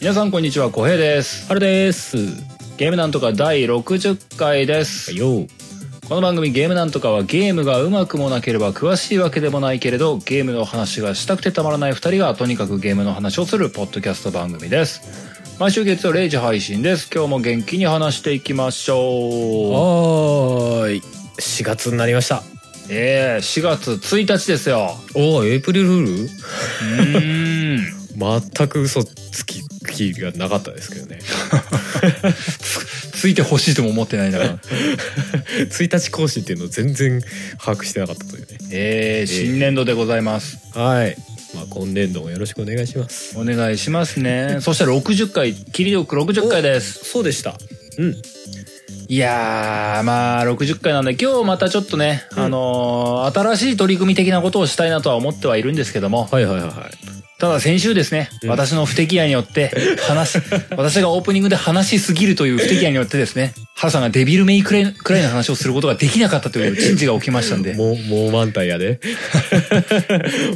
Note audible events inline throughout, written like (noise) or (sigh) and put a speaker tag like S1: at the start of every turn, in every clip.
S1: 皆さんこんにちは、小平です。
S2: あれです。
S1: ゲームなんとか第60回です。
S2: よ。
S1: この番組ゲームなんとかはゲームがうまくもなければ詳しいわけでもないけれどゲームの話がしたくてたまらない2人がとにかくゲームの話をするポッドキャスト番組です毎週月曜0時配信です今日も元気に話していきましょう
S2: はーい。4月になりました。
S1: ええ4月1日ですよ
S2: おー、エイプリルフール
S1: うーん
S2: 全く嘘つき気がなかったですけどね。
S1: (laughs)
S2: (laughs)
S1: ついてほしいとも思ってないんだから
S2: 1日更新っていうのを全然把握してなかったというね。
S1: ええ新年度でございます
S2: はい。まあ今年度もよろしくお願いします。
S1: お願いしますねそして60回切りよく60回です
S2: そうでした。うん。
S1: いやー、まあ、60回なんで、今日またちょっとね、
S2: うん
S1: あのー新しい取り組み的なことをしたいなとは思ってはいるんですけども、
S2: はいはいはいはい。
S1: ただ先週ですね、
S2: うん
S1: 私の不手際によって、 (laughs) 話、私がオープニングで話しすぎるという不手際によってですね、ハルさんがデビルメイくらいくらいの話をすることができなかったという珍事が起きましたんで、今
S2: もう、もう満タンや (laughs) で。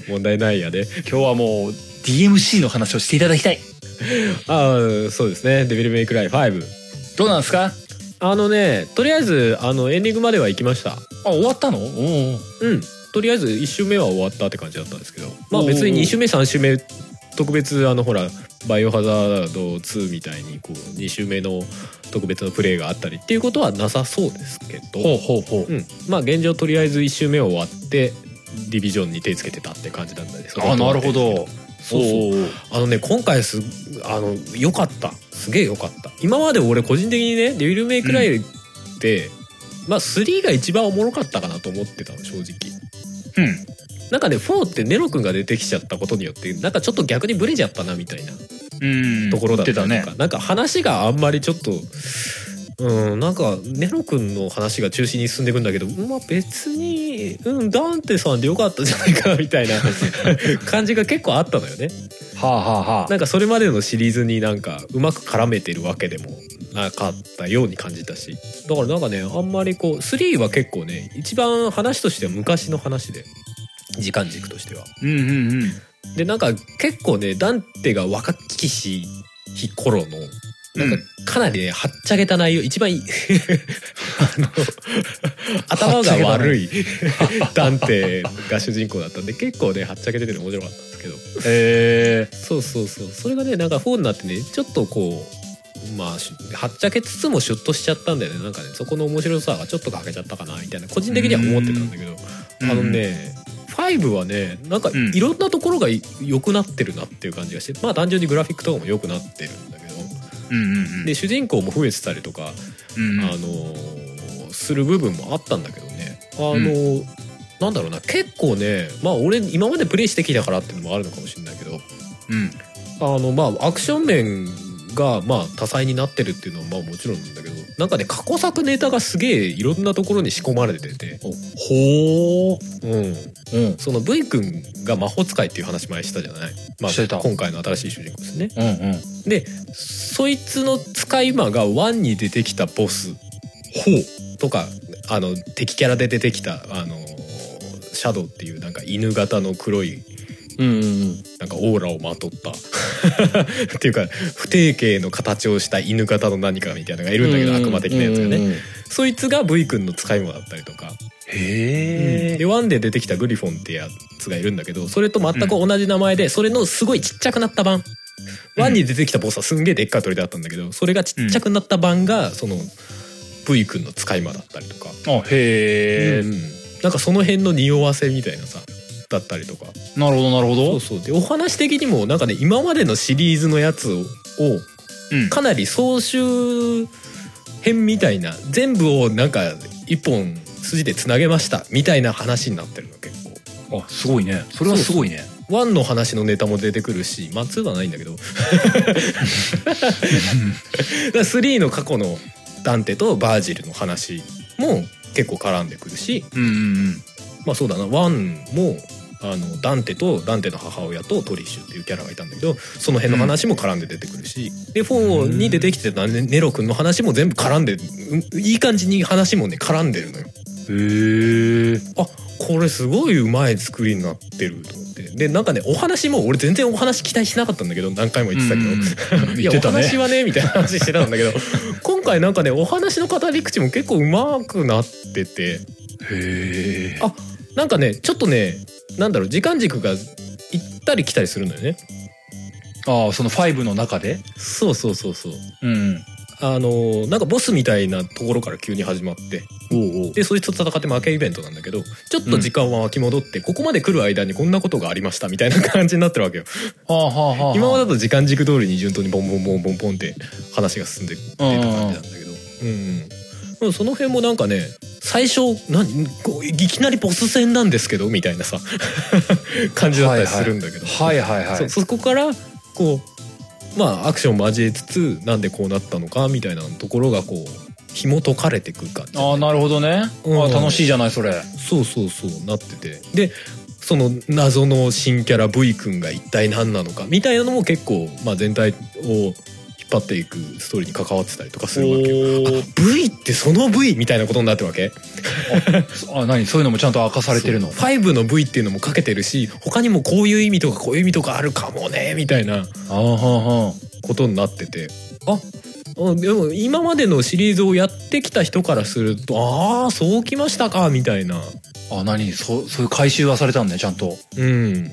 S2: 問題ないやで。
S1: 日はもう、DMC の話をしていただきたい。
S2: ああ、そうですね。デビルメイクライ5。
S1: どうなんですか
S2: あのね、とりあえず、あの、エンディングまでは行きました。
S1: あ、終わったのおうおう
S2: うん、とりあえず1周目は終わったって感じだったんですけど
S1: お
S2: まあ
S1: うおう
S2: 別に2周目3周目特別あのほら「バイオハザード2」みたいにこう2周目の特別のプレイがあったりっていうことはなさそうですけ
S1: ほ
S2: ど、
S1: うほうほう。
S2: うん、まあ現状とりあえず1周目終わってディビジョンに手つけてたって感じなんだねそれ
S1: あ、
S2: は
S1: なるほど。
S2: そうそう
S1: おうおう
S2: あのね今回すあの良かったすげえ良かった今まで俺個人的にね「デビルメイクライ」って、まあ3が一番おもろかったかなと思ってたの正直。
S1: うん。
S2: なんかね4ってネロくんが出てきちゃったことによってなんかちょっと逆にブレちゃったなみたいな
S1: うん。
S2: ところだった
S1: 言
S2: りとか、
S1: ね。
S2: なんか話があんまりちょっとうんなんかネロくんの話が中心に進んでいくんだけどまあ別にうんダンテさんでよかったじゃないかみ
S1: (laughs)
S2: たいな感じが結構あったのよね。
S1: はあはあはあ。
S2: なんかそれまでのシリーズになんかうまく絡めてるわけでもなかったように感じたしだからなんかねあんまりこう3は結構ね一番話としては昔の話で時間軸としては。
S1: うんうんうん。
S2: でなんか結構ねダンテが若きし日頃のなん
S1: うん
S2: かかなりねはっちゃげた内容一番いい (laughs) あの頭が悪いダンテが主人公だったんで結構ねはっちゃげてて面白かったんですけど
S1: え
S2: そうそうそうそれがねなんか4になってねちょっとこうまあしはっちゃけつつもシュッとしちゃったんだよねなんかねそこの面白さがちょっと欠けちゃったかなみたいな個人的には思ってたんだけどあ
S1: うん
S2: のね5はねなんか
S1: うん
S2: いろんなところがい良くなってるなっていう感じがしてまあ単純にグラフィックとかも良くなってるんだけど
S1: ー、うんうんうん
S2: で主人公も増えてたりとか
S1: うん
S2: あのーする部分もあったんだけどねあのーなんだろうな結構ねまあ俺今までプレイしてきたからっていうのもあるのかもしれないけど
S1: うん
S2: あのまあアクション面がまあ多彩になってるっていうのはまあもちろんなんだけどなんかね過去作ネタがすげえいろんなところに仕込まれてて、
S1: ほう
S2: うん、
S1: うん
S2: その V 君が魔法使いっていう話前したじゃない、ま
S1: してた
S2: あ、今回の新しい主人公ですね
S1: うんうん
S2: でそいつの使い魔が1に出てきたボス
S1: ほ
S2: とかあの敵キャラで出てきたあのシャドウっていうなんか犬型の黒い
S1: うんうん
S2: なんかオーラをまとった (laughs) っていうか不定形の形をした犬型の何かみたいなのがいるんだけど悪魔的なやつがねそいつが V 君の使い魔だったりとか
S1: へ
S2: でワンで出てきたグリフォンってやつがいるんだけどそれと全く同じ名前で、それのすごいちっちゃくなった版ワンに出てきたボスはすんげえでっかい鳥だったんだけどそれがちっちゃくなった版がその V 君の使い魔だったりとか、
S1: あへえ、
S2: うんなんかその辺の匂わせみたいなさだったりとか
S1: なるほどなるほど
S2: そうそうでお話的にもなんかね今までのシリーズのやつをを
S1: うん
S2: かなり総集編みたいな全部をなんか一本筋でつなげましたみたいな話になってるの結構。
S1: あすごいねそれはすごいね
S2: ワンの話のネタも出てくるし、まあ、2はないんだけどだから3の過去のダンテとバージルの話も結構絡んでくるし
S1: うんうん
S2: まあそうだな1もあのダンテとダンテの母親とトリッシュっていうキャラがいたんだけどその辺の話も絡んで出てくるし、で4に出てきてたネネロ君の話も全部絡んで、うんいい感じに話もね絡んでるのよ。
S1: へえ
S2: あこれすごいうまい作りになってると思ってでなんかねお話も俺全然お話期待しなかったんだけど何回も言ってたけど、 (laughs) い
S1: 言
S2: や
S1: ってた
S2: お話
S1: ね
S2: はねみたいな話してたんだけ (laughs) ど今回なんかねお話の語り口も結構うまくなってて
S1: へえ
S2: あなんかねちょっとねなんだろう時間軸が行ったり来たりするのよね
S1: ああその5の中で
S2: そうそうそうそう
S1: うん
S2: あのーなんかボスみたいなところから急に始まって
S1: おうおう
S2: でそいつと戦って負けイベントなんだけどちょっと時間は巻き戻って、ここまで来る間にこんなことがありましたみたいな感じになってるわけよ
S1: はあはあはあはあ
S2: 今までだと時間軸通りに順当にボンボンボンボンボンって話が進んでってた感じなんだけど、うんうん、でもその辺もなんかね最初何こういきなりボス戦なんですけどみたいなさ (laughs) 感じだったりするんだけど、
S1: はいはいはい
S2: そそこからこうまあアクション交えつつなんでこうなったのかみたいなところがこう紐解かれてく感じ
S1: ああなるほどね、
S2: うん
S1: ああ楽しいじゃないそれ
S2: そうそうそうなっててでその謎の新キャラ V 君が一体何なのかみたいなのも結構、まあ、全体を引っ張っていくストーリーに関わってたりとかするわけよ。
S1: お
S2: あ V ってその V みたいなことになってるわけ
S1: あ何そういうのもちゃんと明かされてるの
S2: そう5の V っていうのもかけてるし他にもこういう意味とかこういう意味とかあるかもねみたいな
S1: ああはあはあ
S2: ことになっててああでも今までのシリーズをやってきた人からするとああそうきましたかみたいな
S1: あ何そうそういう回収はされたんねちゃんと
S2: うん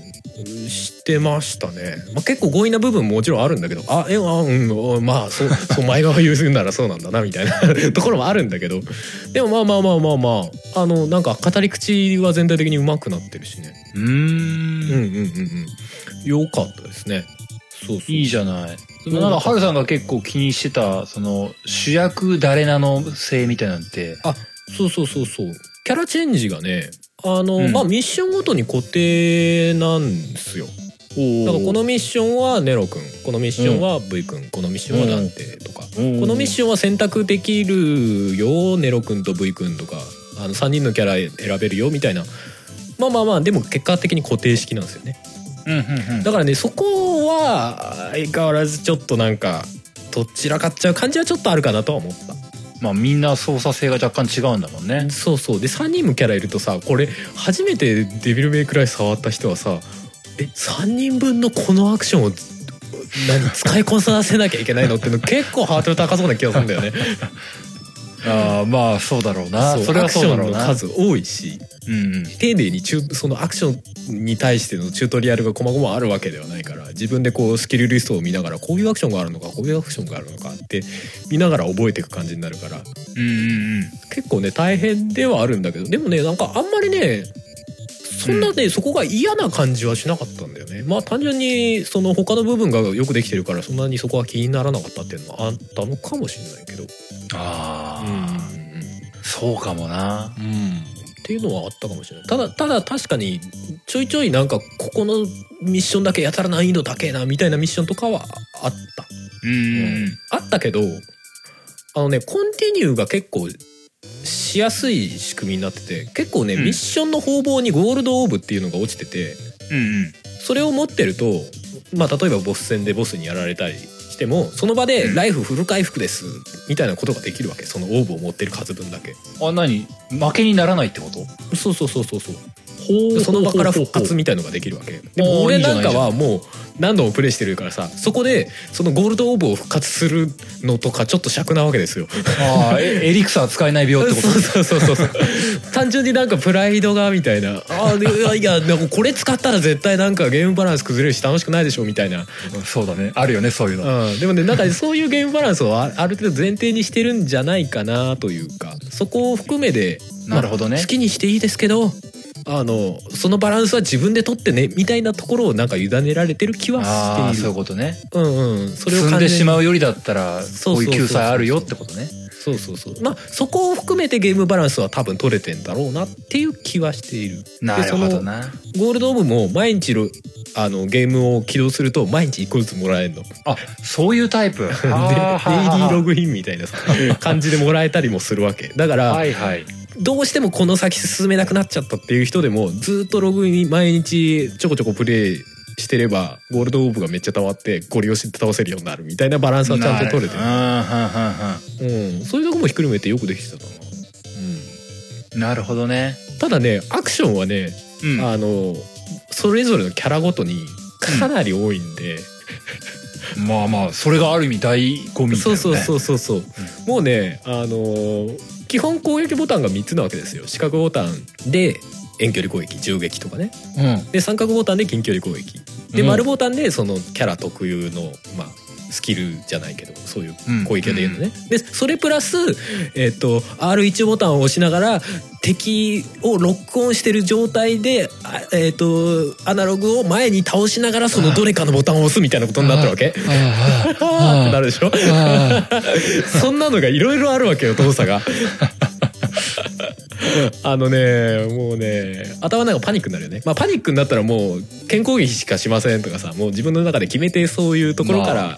S2: してましたね、まあ、結構強引な部分ももちろんあるんだけどあえあうんあまあそうそう前側優先ならそうなんだなみ (laughs) たいなところもあるんだけどでもまあまあまあまあまああのなんか語り口は全体的に上手くなってるしね
S1: うー
S2: うん
S1: ん
S2: うんうんうんよかったですねそうそう
S1: いいじゃないでもなんかハルさんが結構気にしてたその主役誰なの性みたいなんて
S2: そうそうそうそうキャラチェンジがねあの、
S1: うん
S2: まあミッションごとに固定なんですよだからこのミッションはネロ君このミッションは V 君、このミッションはダンテとか、こ
S1: こ
S2: のミッションは選択できるよネロ君と V 君とかあの3人のキャラ選べるよみたいなまあまあまあでも結果的に固定式なんですよね
S1: ョン、うんうんうん、
S2: だからねそこは相変わらずちょっとなんかどちらかっちゃう感じはちょっとあるかなとは思った
S1: まあみんな操作性が若干違うんだもんね
S2: そうそうで3人もキャラいるとさこれ初めてデビルメイクライ触った人はさえ3人分のこのアクションを何使いこなさせなきゃいけないのっての結構ハードル高そうな気がするんだよね
S1: ああまあそうだろうな
S2: う
S1: それはそうだろうな
S2: アクションの数多いし
S1: うん
S2: 丁寧にチュそのアクションに対してのチュートリアルが細々あるわけではないから自分でこうスキルリストを見ながらこういうアクションがあるのかこういうアクションがあるのかって見ながら覚えていく感じになるから
S1: うんうんうん
S2: 結構ね大変ではあるんだけどでもねなんかあんまりねそんなね、そこが嫌な感じはしなかったんだよねまあ単純にその他の部分がよくできてるからそんなにそこは気にならなかったっていうのはあったのかもしれないけど
S1: あ
S2: う
S1: あ、
S2: ん
S1: そうかもな
S2: っていうのはあったかもしれないただただ確かにちょいちょいなんかここのミッションだけやたら難易度高えなみたいなミッションとかはあった、
S1: うんうん
S2: あったけどあのねコンティニューが結構しやすい仕組みになってて結構ね、
S1: うん
S2: ミッションの方々にゴールドオーブっていうのが落ちてて
S1: うん
S2: それを持ってるとまあ例えばボス戦でボスにやられたりしてもその場で「ライフフル回復です」みたいなことができるわけそのオーブを持ってる数分だけ
S1: うんあ何負けにならないってこと
S2: そうそうそうそうそう
S1: ほ
S2: その場から復活みたいのができるわけでも
S1: あーい
S2: 俺
S1: いじゃな
S2: な
S1: い
S2: んかはもう何度もプレイしてるからさそこでそのゴールドオーブを復活するのとかちょっと尺なわけですよ
S1: ああえエリクサー使えない病
S2: (laughs) そう
S1: ってこと
S2: そうそうそうそう単純になんかプライドがみたいなあーでいやいやなんかこれ使ったら絶対なんかゲームバランス崩れるし楽しくないでしょみたいな、
S1: うんそうだねあるよねそういうの
S2: うん、でもねなんかそういうゲームバランスをあある程度前提にしてるんじゃないかなというかそこを含めて
S1: なるほどね
S2: 好きにしていいですけどあのそのバランスは自分で取ってねみたいなところをなんか委ねられてる気は
S1: ああ
S2: してい
S1: そうい
S2: る
S1: うことね
S2: うんうんそれを
S1: 積ん
S2: 完全
S1: で
S2: に
S1: しまうよりだったら
S2: そ
S1: こ
S2: うそうそ
S1: う
S2: う
S1: いう救済あるよってことね
S2: そうそうそうまあそこを含めてゲームバランスは多分取れてんだろうなっていう気はしている
S1: なるほどな
S2: ゴールドオブも毎日ろあのゲームを起動すると毎日1個ずつもらえるので
S1: あそういう
S2: (laughs)
S1: タイプ
S2: デイリ
S1: あ
S2: (laughs) ーログインみたいなさ感じでもらえたりもするわけだから、
S1: はいはい
S2: どうしてもこの先進めなくなっちゃったっていう人でもずっとログイン毎日ちょこちょこプレイしてればゴールドオーブがめっちゃ溜まってゴリ押しで倒せるようになるみたいなバランスはちゃんと取れて
S1: なるうんうんうんうん
S2: る、うん、そういうとこもひっくるめてよくできてたな、
S1: なるほどね。
S2: ただねアクションはね、
S1: うん。
S2: あのそれぞれのキャラごとにかなり多いんで、
S1: まあまあ、それがある意味醍醐味だよね。。
S2: そうそうそううそうそう、もうねあのー基本攻撃ボタンが3つなわけですよ四角ボタンで遠距離攻撃銃撃とかね
S1: うん。
S2: で三角ボタンで近距離攻撃で、
S1: うん
S2: 丸ボタンでそのキャラ特有の、まあ、スキルじゃないけどそういう攻撃ができるのね、でそれプラス、えっと R1 ボタンを押しながら敵をロックオンしてる状態で、あえっとアナログを前に倒しながらそのどれかのボタンを押すみたいなことになってるわけ。
S1: ああ
S2: は
S1: (laughs)
S2: ーってなるでしょ
S1: ああ
S2: そんなのがいろいろあるわけよ動作が。 (laughs) あのねもうね頭の中パニックになるよね、まあ、パニックになったらもう健康撃しかしませんとかさもう自分の中で決めてそういうところから、
S1: ま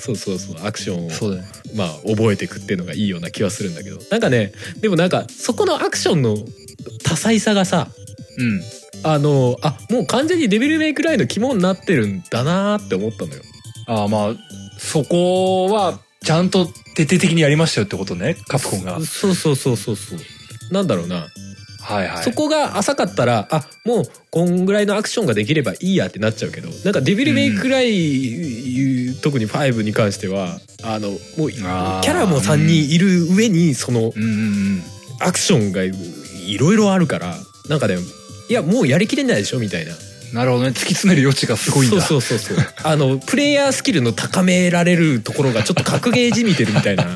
S2: そうそうそうアクションを
S1: そうだね。
S2: まあ、覚えていくっていうのがいいような気はするんだけどなんかねでもなんかそこのアクションの多彩さがさ
S1: うん。
S2: あのあもう完全にデビルメイクライの肝になってるんだなーって思ったのよ。
S1: ああまあ、そこは、ちゃんと徹底的にやりましたよってことね、カプコンが。はい
S2: そうそうそうそうそうなんだろうな
S1: はい。
S2: そこが浅かったらあもうこんぐらいのアクションができればいいやってなっちゃうけどなんかデビルメイクライ、特に5に関してはあのもうキ
S1: あー
S2: ャラも3人いる上にその
S1: うんうんうん。
S2: アクションがいろいろあるからなんかねいやもうやりきれないでしょみたいな
S1: なるほどね。突き詰める余地がすごいんだ。
S2: そうそうそう (laughs) そうあのプレイヤースキルの高められるところがちょっと格ゲーじみてるみた
S1: (laughs)
S2: いな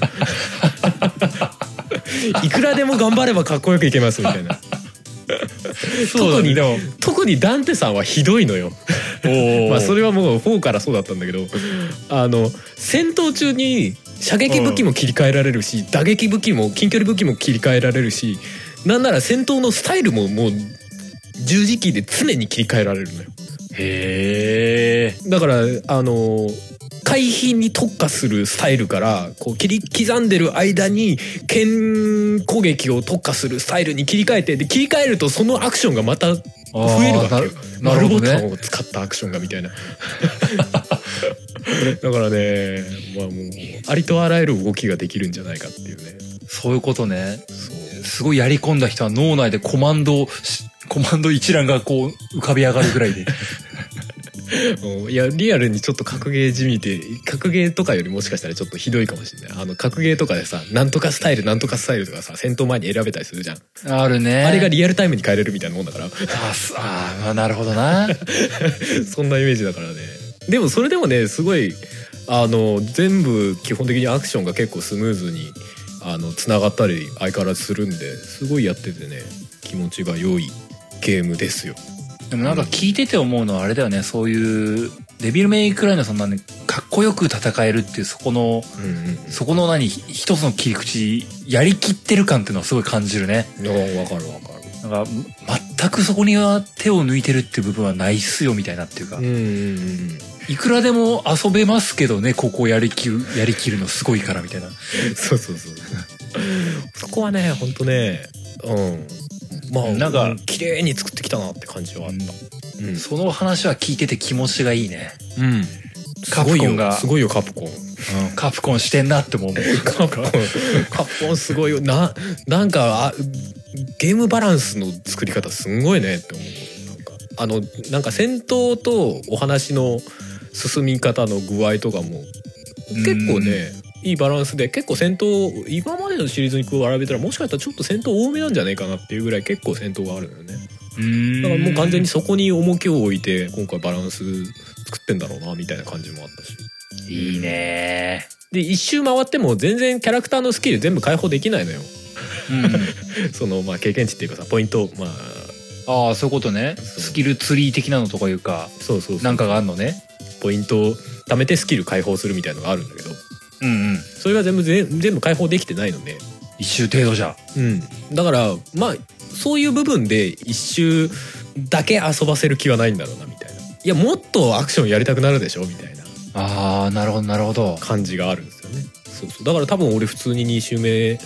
S2: いくらでも頑張ればかっこよくいけますみたいな
S1: (laughs) だね
S2: 特に
S1: でも
S2: 特にダンテさんはひどいのよ
S1: おお。
S2: (laughs) まあそれはもう4からそうだったんだけどあの戦闘中に射撃武器も切り替えられるし打撃武器も近距離武器も切り替えられるしなんなら戦闘のスタイルももう十字キーで常に切り替えられるのよ
S1: へえ。
S2: だからあの回避に特化するスタイルからこう切り刻んでる間に剣攻撃を特化するスタイルに切り替えてで切り替えるとそのアクションがまた増えるわけよ
S1: あーななるほ
S2: 丸ボ
S1: どね
S2: タンを使ったアクションがみたいな (laughs) だからねまあもうありとあらゆる動きができるんじゃないかっていうね
S1: そういうことね。
S2: そう
S1: すごいやり込んだ人は脳内でコマンドをし、コマンド一覧がこう浮かび上がるぐらいで。
S2: うんいやリアルにちょっと格ゲーじみて格ゲーとかよりもしかしたらちょっとひどいかもしれないあの格ゲーとかでさなんとかスタイルなんとかスタイルとかさ戦闘前に選べたりするじゃん、
S1: あるね。
S2: (laughs) あれがリアルタイムに変えれるみたいなもんだから (laughs)
S1: あ、すあーまあ、なるほどな。
S2: そんなイメージだからねでもそれでもねすごいあの全部基本的にアクションが結構スムーズにあのつながったり相変わらずするんですごいやっててね気持ちが良いゲームですよ
S1: でもなんか聞いてて思うのはあれだよね。そういう、デビルメイクライのそんなね、かっこよく戦えるっていう、そこの、
S2: うんうんうん
S1: そこの何、ひ一つの切り口、やりきってる感っていうのはすごい感じるね。
S2: 分かる分かる
S1: なんか、全くそこには手を抜いてるっていう部分はないっすよ、みたいなっていうか
S2: うん。うんうんうん
S1: いくらでも遊べますけどね、ここやりきる、やりきるのすごいからみたいな。
S2: そうそうそう。そこはね、ほんとね、うん。まあ、
S1: な
S2: なん
S1: か
S2: んか、綺麗に作ってきたなって感じはあった。うん。
S1: その話は聞いてて気持ちがいいね。
S2: うん。
S1: カ
S2: す
S1: プ
S2: ごい
S1: コンが
S2: よ、すごいよ、カプコン。
S1: カプコンしてん (laughs) なって思う。
S2: カプコン、カプコンすごいよ。な、なんか、あゲームバランスの作り方すんごいねって思う。なんか、あの、なんか戦闘とお話の進み方の具合とかも、結構ね、いいバランスで結構戦闘今までのシリーズに比べたらもしかしたらちょっと戦闘多めなんじゃないかなっていうぐらい結構戦闘があるのよね
S1: うん。
S2: だからもう完全にそこに重きを置いて今回バランス作ってんだろうなみたいな感じもあったし
S1: いいね。
S2: で一周回っても全然キャラクターのスキル全部解放できないのよ
S1: うん。
S2: (laughs) そのまあ経験値っていうかさポイントまあ
S1: ああ、そういうことね。
S2: そう
S1: スキルツリー的なのとかいうか、
S2: そうそうそう
S1: なんかがあんのね。
S2: ポイントを貯めてスキル解放するみたいのがあるんだけど
S1: うんうん。
S2: それが全部ぜ全部解放できてないので
S1: 一周程度じゃ。
S2: うん、だからまあそういう部分で一周だけ遊ばせる気はないんだろうなみたいないやもっとアクションやりたくなるでしょみたいな
S1: ああ、なるほど、なるほど。
S2: 感じがあるんですよねそうそうだから多分俺普通に2周目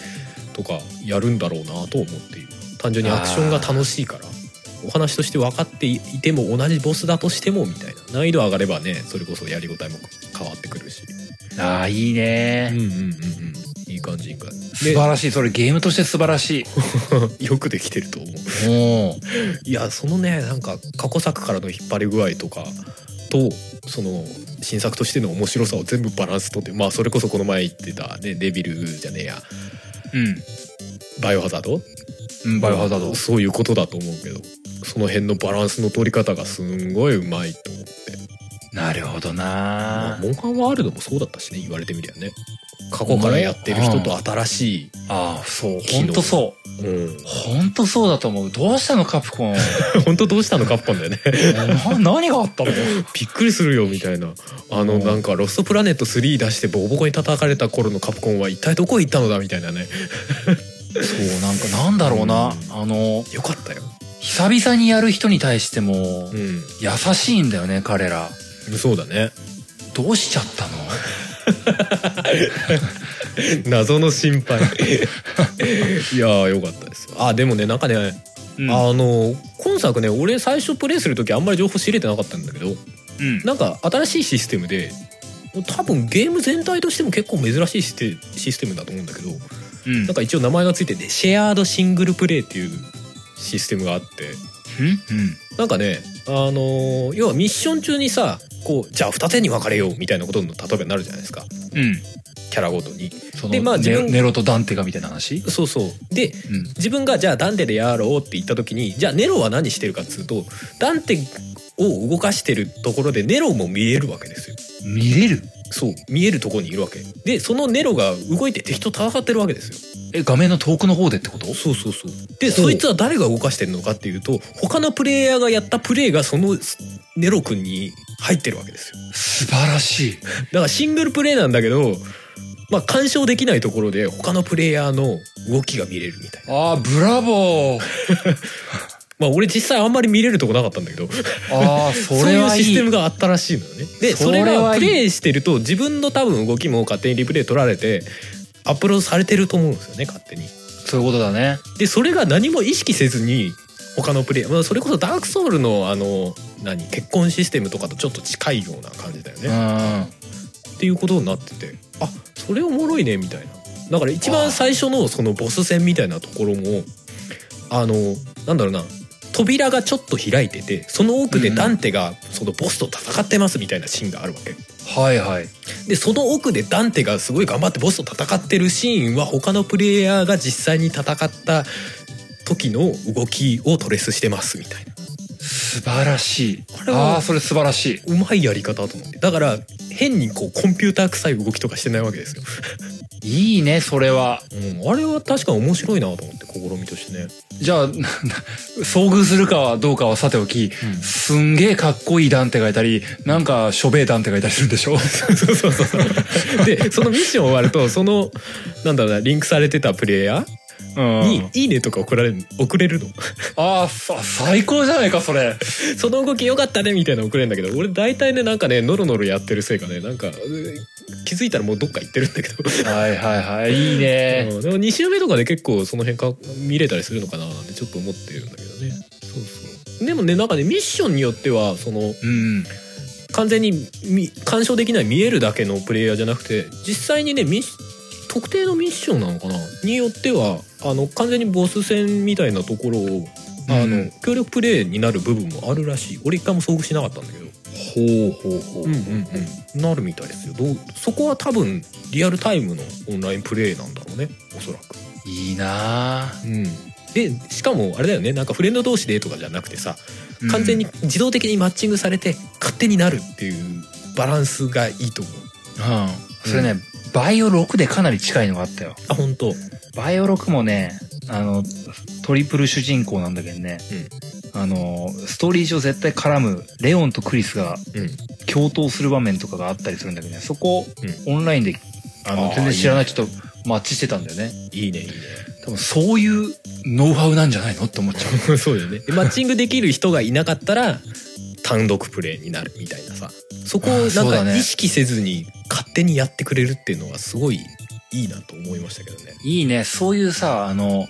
S2: とかやるんだろうなと思っている単純にアクションが楽しいからお話として分かっていても同じボスだとしてもみたいな難易度上がればねそれこそやりごたえも変わってくるし
S1: ああ、いいね。
S2: うんうんうんうんいいいい感じいい感じ
S1: 素晴
S2: で
S1: らしいそれゲームとして素晴らしい
S2: よくで (laughs) きてると思う
S1: おお
S2: いやそのねなんか過去作からの引っ張り具合とかとその新作としての面白さを全部バランスとってまあそれこそこの前言ってたねデビルじゃねえや
S1: うん
S2: バイオハザード
S1: うんバイオハザード
S2: そういうことだと思うけどその辺のバランスの取り方がすんごいうまいと思って
S1: なるほど
S2: まあ
S1: な
S2: モンハンワールドもそうだったしね言われてみりゃね過去からやってる人と新しい、
S1: ああそう
S2: 機能
S1: 本当そう
S2: うん、 (laughs)
S1: 本当そうだと思うどうしたのカプコン (laughs)
S2: 本当どうしたのカッパンだよね
S1: な何があったの
S2: (laughs) びっくりするよみたいなあの
S1: うん
S2: なんか「ロストプラネット3」出してボコボコに叩かれた頃のカプコンは一体どこへ行ったのだみたいなね
S1: そうなんかなんだろうな、
S2: うん
S1: あの
S2: よかったよ
S1: 久々にやる人に対しても
S2: う
S1: 優しいんだよね彼ら
S2: んそうだね
S1: どうしちゃったの
S2: (laughs) 謎の心 (laughs) 配いやーよかったですあでもねなんかね、
S1: うん
S2: あの今作ね俺最初プレイする時あんまり情報知れてなかったんだけど
S1: うん
S2: なんか新しいシステムで多分ゲーム全体としても結構珍しいシステシステムだと思うんだけど
S1: うん
S2: なんか一応名前がついててシェアードシングルプレイっていうシステムがあって
S1: うん
S2: なんかねあのー要はミッション中にさこうじゃあ二手に分かれようみたいなことに例えばなるじゃないですか
S1: うん
S2: キャラごとに
S1: その
S2: でまあ自
S1: ネ
S2: 分
S1: ネロとダンテがみたいな話
S2: そうそうで
S1: うん
S2: 自分がじゃあダンテでやろうって言った時にじゃあネロは何してるかっつうとダンテを動かしてるところでネロも見えるわけですよ
S1: 見れる
S2: そう見えるところにいるわけでそのネロが動いて敵と戦ってるわけですよ
S1: え画面の遠くの方でってこと
S2: そうそうそうで
S1: ほう
S2: そいつは誰が動かしてるのかっていうと他のプレイヤーがやったプレイがそのネロ君に入ってるわけですよ
S1: 素晴らしい
S2: だからシングルプレイなんだけどまあ干渉できないところで他のプレイヤーの動きが見れるみたいな
S1: あーブラボー
S2: まあ俺実際あんまり見れるとこなかったんだけど
S1: ああそ
S2: そう
S1: れ
S2: いう
S1: はい
S2: シ
S1: い
S2: ステムがあったらしいのよね。でそ
S1: そ
S2: れ
S1: れはいい
S2: がプレイしてると自分の多分動きも勝手にリプレイ取られてアップロードされてると思うんですよね勝手に。
S1: そういうことだね
S2: でそれが何も意識せずに他のプレイヤー、まあ、それこそダークソウルのあの何結婚システムとかとちょっと近いような感じだよ
S1: う
S2: ね、っ
S1: ん
S2: ていうことになっててあそれおもろいねみたいなだから一番最初のそのボス戦みたいなところもあのなんだろうな扉がちょっと開いててその奥でダンテがそのボスと戦ってますみたいなシーンがあるわけ、
S1: はいはい
S2: でその奥でダンテがすごい頑張ってボスと戦ってるシーンは他のプレイヤーが実際に戦った時の動きをトレスしてますみたいな
S1: 素晴らしい
S2: これは
S1: ああーそれ素晴らしいう
S2: まいやり方だと思ってだから変にこうコンピューター臭い動きとかしてないわけですよ、
S1: いいねそれは
S2: うん、あれは確かに面白いなと思って試みとしてね、 (laughs)
S1: じゃあ (laughs) 遭遇するかはどうかはさておきすんげえかっこいいダンテがいたりなんかしょべえダンテがいたりするんでしょ
S2: そうそうそうそうでそのミッション終わるとそのなんだろうなリンクされてたプレイヤ
S1: う
S2: ーに
S1: ん
S2: 「いいね」とか送られる送れるの (laughs)
S1: ああさ最高じゃないかそれ
S2: その動き良かったねみたいなの送れんだけど俺大体ねなんかねノロノロやってるせいかねなんかうー気づいたらもうどっか行ってるんだけど、
S1: はいはいはいいいね
S2: うんでも2周目とかで結構その辺か見れたりするのかななんてちょっと思ってるんだけどねそうそうでもねなんかねミッションによってはその
S1: うん
S2: 完全にみ干渉できない見えるだけのプレイヤーじゃなくて実際にねミッシ特定のミッションなのかなによってはあの完全にボス戦みたいなところをあの、
S1: うん
S2: 協力プレイになる部分もあるらしい俺一回も遭遇しなかったんだけど
S1: ほうほうほ
S2: うんうんうん、なるみたいですよどうそこは多分リアルタイムのオンラインプレイなんだろうねおそらく、
S1: いいなあ
S2: うん、でしかもあれだよねなんかフレンド同士でとかじゃなくてさ完全に
S1: うん
S2: 自動的にマッチングされて勝手になるっていうバランスがいいと思う
S1: それね、バイオ6でかなり近いのがあったよ
S2: あ本当
S1: バイオ6もね、あの、トリプル主人公なんだけどね、あの、ストーリー上絶対絡む、レオンとクリスが
S2: うん
S1: 共闘する場面とかがあったりするんだけどね、そこ、
S2: う
S1: オンラインで、あ
S2: あ
S1: の、
S2: ー
S1: 全然知らない
S2: いね
S1: 人とマッチしてたんだよね。
S2: いいねいい (laughs)
S1: 多分そういうノウハウなんじゃないのって思っちゃう。
S2: ねそうだよねでマッチングできる人がいなかったら単独プレイになるみたいなさそこを
S1: あー
S2: な
S1: そ
S2: ん
S1: うだ
S2: か
S1: ね
S2: 意識せずに勝手にやってくれるっていうのはすごいいいなと思いましたけどね
S1: (laughs) いいね、そういうさ、あの、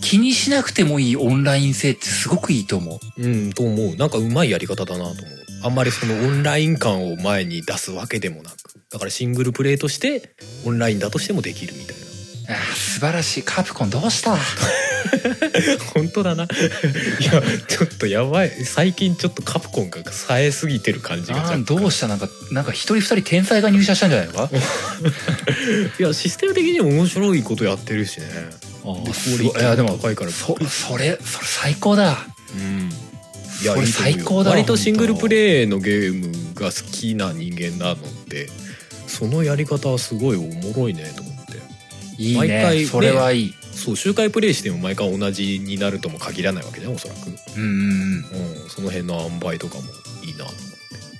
S1: 気にしなくてもいいオンライン性ってすごくいいと思う。
S2: うん、と思う。なんかうまいやり方だなと思う。あんまりそのオンライン感を前に出すわけでもなく。だからシングルプレイとして、オンラインだとしてもできるみたいな。
S1: あー素晴らしいカプコンどうした
S2: (laughs) 本当だないやちょっとやばい最近ちょっとカプコンが冴えすぎてる感じが
S1: あ
S2: 若
S1: ー
S2: 干
S1: どうしたなんかなんか一人二人天才が入社したんじゃないのか
S2: いやシステム的にも面白いことやってるしね
S1: あー
S2: です
S1: ごい
S2: クオリティ
S1: いやでも
S2: 高いから
S1: そそれそれ最高だ
S2: うんい
S1: それ
S2: と思うよ
S1: 最高だわ
S2: 割とシングルプレイのゲームが好きな人間なのでそのやり方はすごいおもろいねと思って
S1: いい
S2: 毎回
S1: ね
S2: ね
S1: それはいい
S2: そう周回プレイしても毎回同じになるとも限らないわけじゃんおそらく、
S1: うんうん
S2: うん、その辺の塩梅とかもいいなと思っ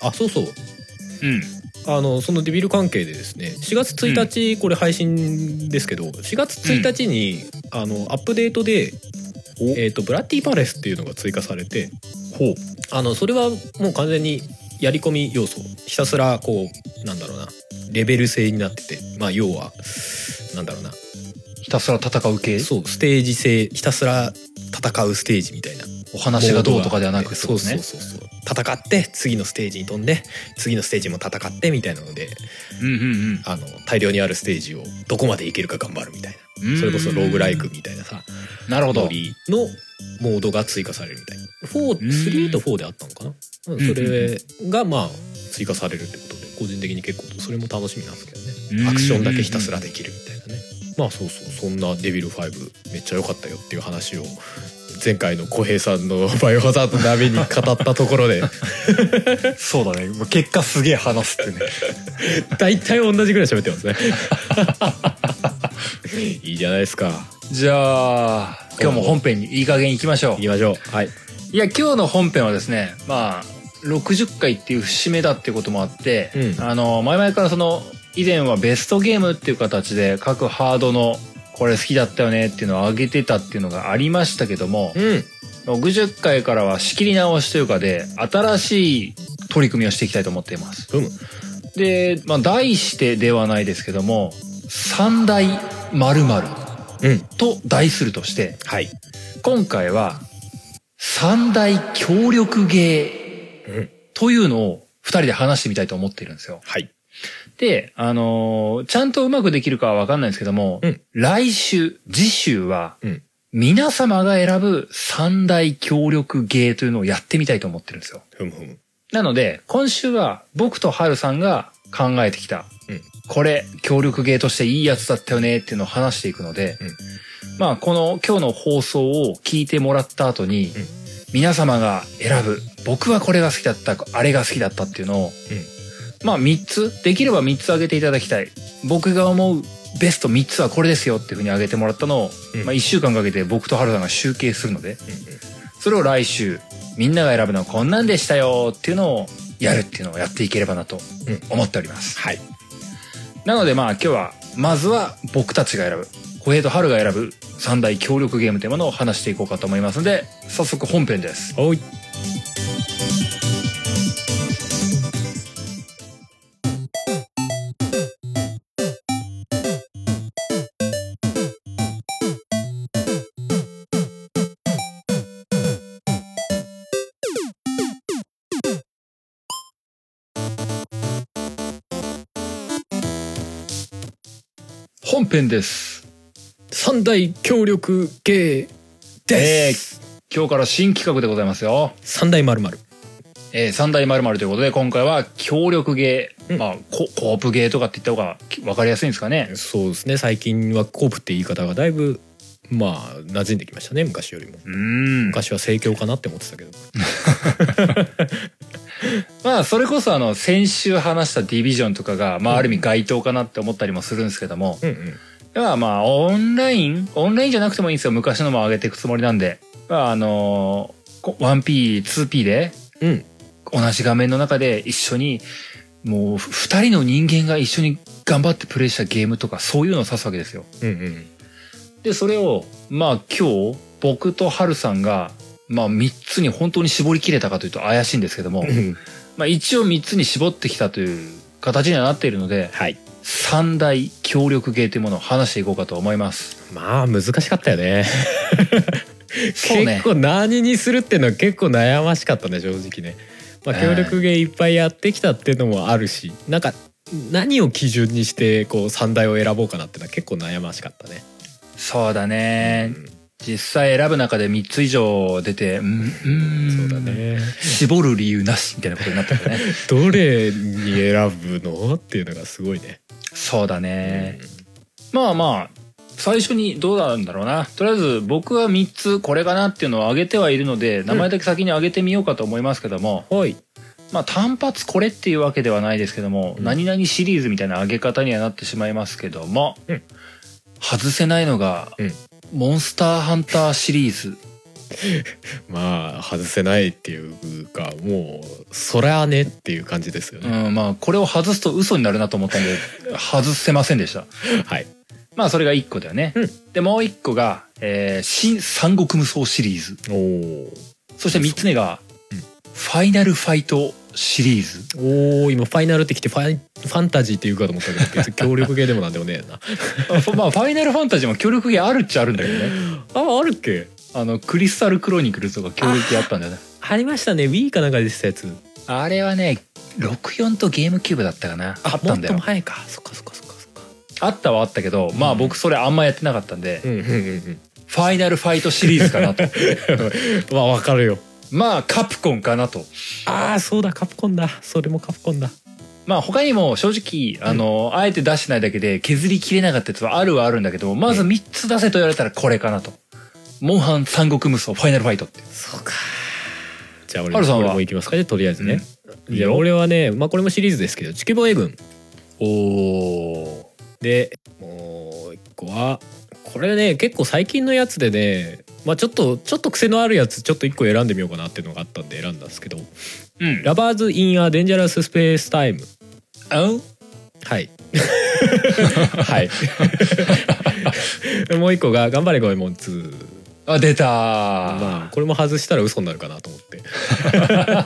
S2: てあそうそう
S1: うんうん
S2: あのそのデビル関係でですね4月1日、これ配信ですけど4月1日に、あのアップデートで、
S1: お
S2: えーと「ブラッディパレス」っていうのが追加されてあのそれはもう完全にやり込み要素ひたすらこうなんだろうなレベル制になっててまあ要はなんだろうな
S1: ひたすら戦う系
S2: そうステージ制ひたすら戦うステージみたいな
S1: お話がどうとかではなく
S2: そう
S1: ってこと
S2: そうそうそう戦って次のステージに飛んで次のステージも戦ってみたいなので
S1: うんうん
S2: あの大量にあるステージをどこまでいけるか頑張るみたい
S1: うん
S2: なそれこそローグライクみたいなさ
S1: なるほど
S2: ノリのモードが追加されるみたいな43と4であったのかなうん
S1: うん
S2: それがまあ追加されるってことで個人的に結構それも楽しみなんですけど
S1: うん
S2: ねアクションだけひたすらできるみたいなねまあそうそうそんな「デビル5」めっちゃ良かったよっていう話を前回の浩平さんの「バイオハザード」の鍋に語ったところ (laughs) で
S1: そうだねもう結果すげえ話す
S2: (laughs)
S1: ってね
S2: 大体同じぐらい喋って (laughs) ますねいいじゃないですか
S1: じゃあ今日も本編にいい加減いきましょう
S2: 行きましょうはい
S1: いや今日の本編はですねまあ60回っていう節目だっていうこともあって、
S2: うん
S1: あの前々からその以前はベストゲームっていう形で各ハードのこれ好きだったよねっていうのを上げてたっていうのがありましたけども
S2: うん
S1: 60回からは仕切り直しというかで新しい取り組みをしていきたいと思っています
S2: うむ
S1: で、まあ、題してではないですけども三大〇〇
S2: うん
S1: と題するとして
S2: はい
S1: 今回は三大協力芸
S2: うん
S1: というのを二人で話してみたいと思っているんですよ。
S2: はい
S1: で、あのーちゃんとうまくできるかはわかんないんですけども、
S2: うん
S1: 来週、次週は、
S2: うん
S1: 皆様が選ぶ三大協力芸というのをやってみたいと思ってるんですよ。
S2: ふむふむ
S1: なので、今週は僕とハルさんが考えてきた、
S2: うん
S1: これ、協力芸としていいやつだったよねっていうのを話していくので、
S2: うん
S1: まあ、この今日の放送を聞いてもらった後に、
S2: うん
S1: 皆様が選ぶ、僕はこれが好きだった、あれが好きだったっていうのを、まあ3つ、できれば3つ挙げていただきたい。僕が思うベスト3つはこれですよっていうふうに挙げてもらったのを、
S2: うん
S1: まあ1週間かけて僕とハルさんが集計するので、それを来週みんなが選ぶのはこんなんでしたよっていうのをやるっていうのをやっていければなと
S2: うん
S1: 思っております、
S2: はい
S1: なのでまあ今日はまずは僕たちが選ぶ小平と春が選ぶ三大協力ゲームというものを話していこうかと思いますので早速本編です
S2: おい
S1: 本編です
S2: 三大協力芸です、
S1: 今日から新企画でございますよ、
S2: 三大まるまる
S1: えー、三大〇〇ということで今回は協力ゲー、
S2: うん
S1: まあココープゲーとかって言った方が分かりやすいんですかね
S2: そうですね最近はコープって言い方がだいぶまあ馴染んできましたね昔よりも
S1: うん
S2: 昔は盛況かなって思ってたけど
S1: まあそれこそあの先週話したディビジョンとかがまあある意味該当かなって思ったりもするんですけども、
S2: うんうん
S1: まあまあオンラインオンラインじゃなくてもいいんですよ昔のも上げていくつもりなんで、まあ、あのこ 1P2P で
S2: うん
S1: 同じ画面の中で一緒にもう2人の人間が一緒に頑張ってプレイしたゲームとかそういうのを指すわけですよ
S2: うんうん
S1: でそれをまあ今日僕とハルさんがまあ3つに本当に絞り切れたかというと怪しいんですけども
S2: うん
S1: まあ、一応3つに絞ってきたという形にはなっているので
S2: はい
S1: 三大協力芸というものを話していこうかと思います。
S2: まあ難しかったよね
S1: そうね
S2: 結構何にするっていうのは結構悩ましかったね正直ね、まあ、協力芸いっぱいやってきたっていうのもあるし、なんか何を基準にしてこう三大を選ぼうかなってのは結構悩ましかったね。
S1: そうだね、
S2: うん
S1: 実際選ぶ中で3つ以上出てうんうん
S2: そうだね。
S1: 絞る理由なしみたいなことになってたね
S2: どれに選ぶのっていうのがすごいね。
S1: そうだね、まあまあ最初にどうなんだろうなとりあえず僕は3つこれかなっていうのを挙げてはいるので名前だけ先に挙げてみようかと思いますけども、
S2: うんはい。
S1: まあ単発これっていうわけではないですけども、
S2: うん
S1: 何々シリーズみたいな上げ方にはなってしまいますけども、
S2: うん
S1: 外せないのが、
S2: うん
S1: モンスターハンターシリーズ
S2: まあ外せないっていうかもうそりゃあねっていう感じですよね。
S1: うん、まあこれを外すと嘘になるなと思ったんで外せませんでした
S2: はい。
S1: まあそれが1個だよね、
S2: うん
S1: でもう1個が、えー新三国無双シリーズ
S2: おお。
S1: そして3つ目が、
S2: うん
S1: ファイナルファイトシリーズ
S2: おお今ファイナルってきてファイファンタジーっていうかと思ったけど別に協力系でもなんでもねえな
S1: あふまあファイナルファンタジーも協力ゲーあるっちゃあるんだけどね
S2: (laughs) ああるっけ
S1: あのクリスタルクロニクルとか協力ゲーあったんだよね
S2: ありましたね Wii かなんかでしたやつ
S1: あれはね64とゲームキューブだったかなあったんだよ
S2: もっと前かそっかそっかそっかそっか
S1: あったはあったけどまあ
S2: うん
S1: 僕それあんまやってなかったんで、
S2: うんうんうん
S1: ファイナルファイトシリーズかな (laughs) と
S2: うんまあわかるよ
S1: まあカプコンかなと
S2: ああそうだカプコンだそれもカプコンだ
S1: まあ他にも正直あの、あえて出してないだけで削りきれなかったやつはあるはあるんだけどまず3つ出せと言われたらこれかなと「モンハン三国無双ファイナルファイト」っていう
S2: そうかじゃあ俺
S1: ハルさんは
S2: 俺も行きますかねとりあえずね、
S1: うん
S2: じゃあ俺はねまあこれもシリーズですけどチキボーイ軍
S1: おお
S2: でもう一個はこれね結構最近のやつでねまあちょっとちょっと癖のあるやつちょっと一個選んでみようかなっていうのがあったんで選んだんですけど
S1: うん
S2: 「ラバーズ・イン・ア・デンジャラス・スペース・タイム
S1: あん」
S2: はい
S1: (laughs)
S2: はい (laughs) もう一個が「頑張れゴエモン2」
S1: あ出たー
S2: まあこれも外したら嘘になるかなと思って (laughs)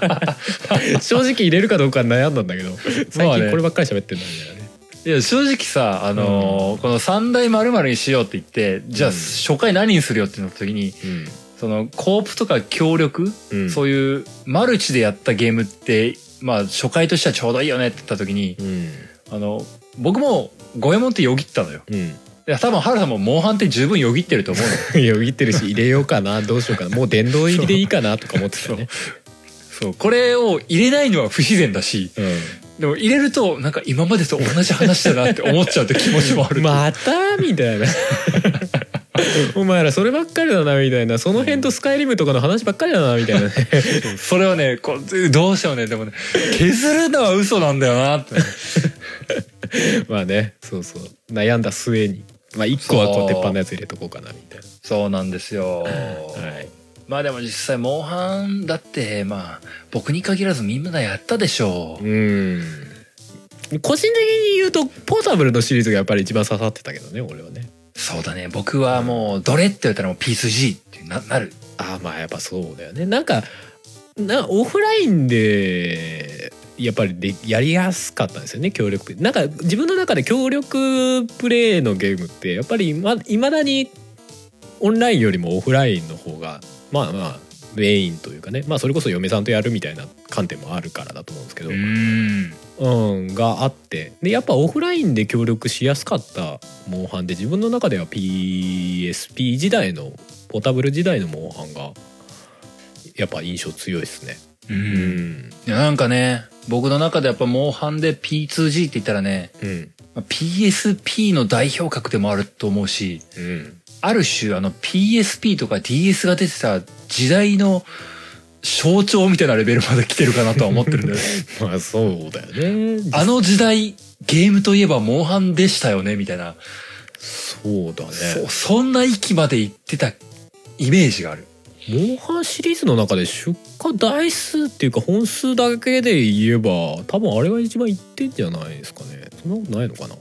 S2: 正直入れるかどうか悩んだんだけど (laughs) 最
S1: まあね
S2: 近こればっかり喋ってんだみたいなね
S1: いや正直さあのーこの三大まるにしようって言ってじゃあ
S2: うん
S1: 初回何にするよってなった時にそのコープとか協力、
S2: うん、うん、
S1: そういうマルチでやったゲームってまあ初回としてはちょうどいいよねって言った時に
S2: うん
S1: あの僕も五右衛門ってよぎったのよ
S2: うん
S1: いや多分原さんもモンハンって十分よぎってると思うの
S2: (laughs) よぎってるし入れようかなどうしようかなもう殿堂入りでいいかなとか思ってたよね。
S1: そうこれを入れないのは不自然だし
S2: う
S1: でも入れるとなんか今までと同じ話だなって思っちゃうって気持ちもある
S2: ん、またみたい (laughs) なお前らそればっかりだなみたいなその辺とスカイリムとかの話ばっかりだなみたいなね
S1: それはねこうどうしようねでもね削るのは嘘なんだよなって
S2: (laughs) まあねそうそう悩んだ末に、まあ、1個はこう鉄板のやつ入れとこうかなみたい
S1: そうなんですよ、
S2: な。はい
S1: まあでも実際モンハンだってまあ僕に限らずみんなやったでしょう
S2: うん個人的に言うとポータブルのシリーズがやっぱり一番刺さってたけどね俺はね
S1: そうだね僕はもうどれって言ったらもう P2G ってななる
S2: あーまあやっぱそうだよねなんかなオフラインでやっぱりでやりやすかったんですよね協力プレイなんか自分の中で協力プレイのゲームってやっぱりいま未だにオンラインよりもオフラインの方がまあまあメインというかね、まあ、それこそ嫁さんとやるみたいな観点もあるからだと思うんですけど、
S1: ん
S2: うん、があってでやっぱオフラインで協力しやすかったモンハンで自分の中では PSP 時代のポータブル時代のモンハンがやっぱ印象強いですね。
S1: う
S2: うんん、
S1: いやなんかね僕の中でやっぱモンハンで P2G って言ったらね
S2: うん、
S1: まあ PSP の代表格でもあると思うし
S2: うん、
S1: ある種あの PSP とか DS が出てた時代の象徴みたいなレベルまで来てるかなとは思ってる
S2: (laughs)
S1: んだよね
S2: まあそうだよね。
S1: あの時代ゲームといえばモンハンでしたよねみたいな、
S2: そうだね。
S1: そそんな域まで行ってたイメージがある
S2: モンハンシリーズの中で出荷台数っていうか本数だけで言えば多分あれが一番いってんじゃないですかね。そんなことないのかな。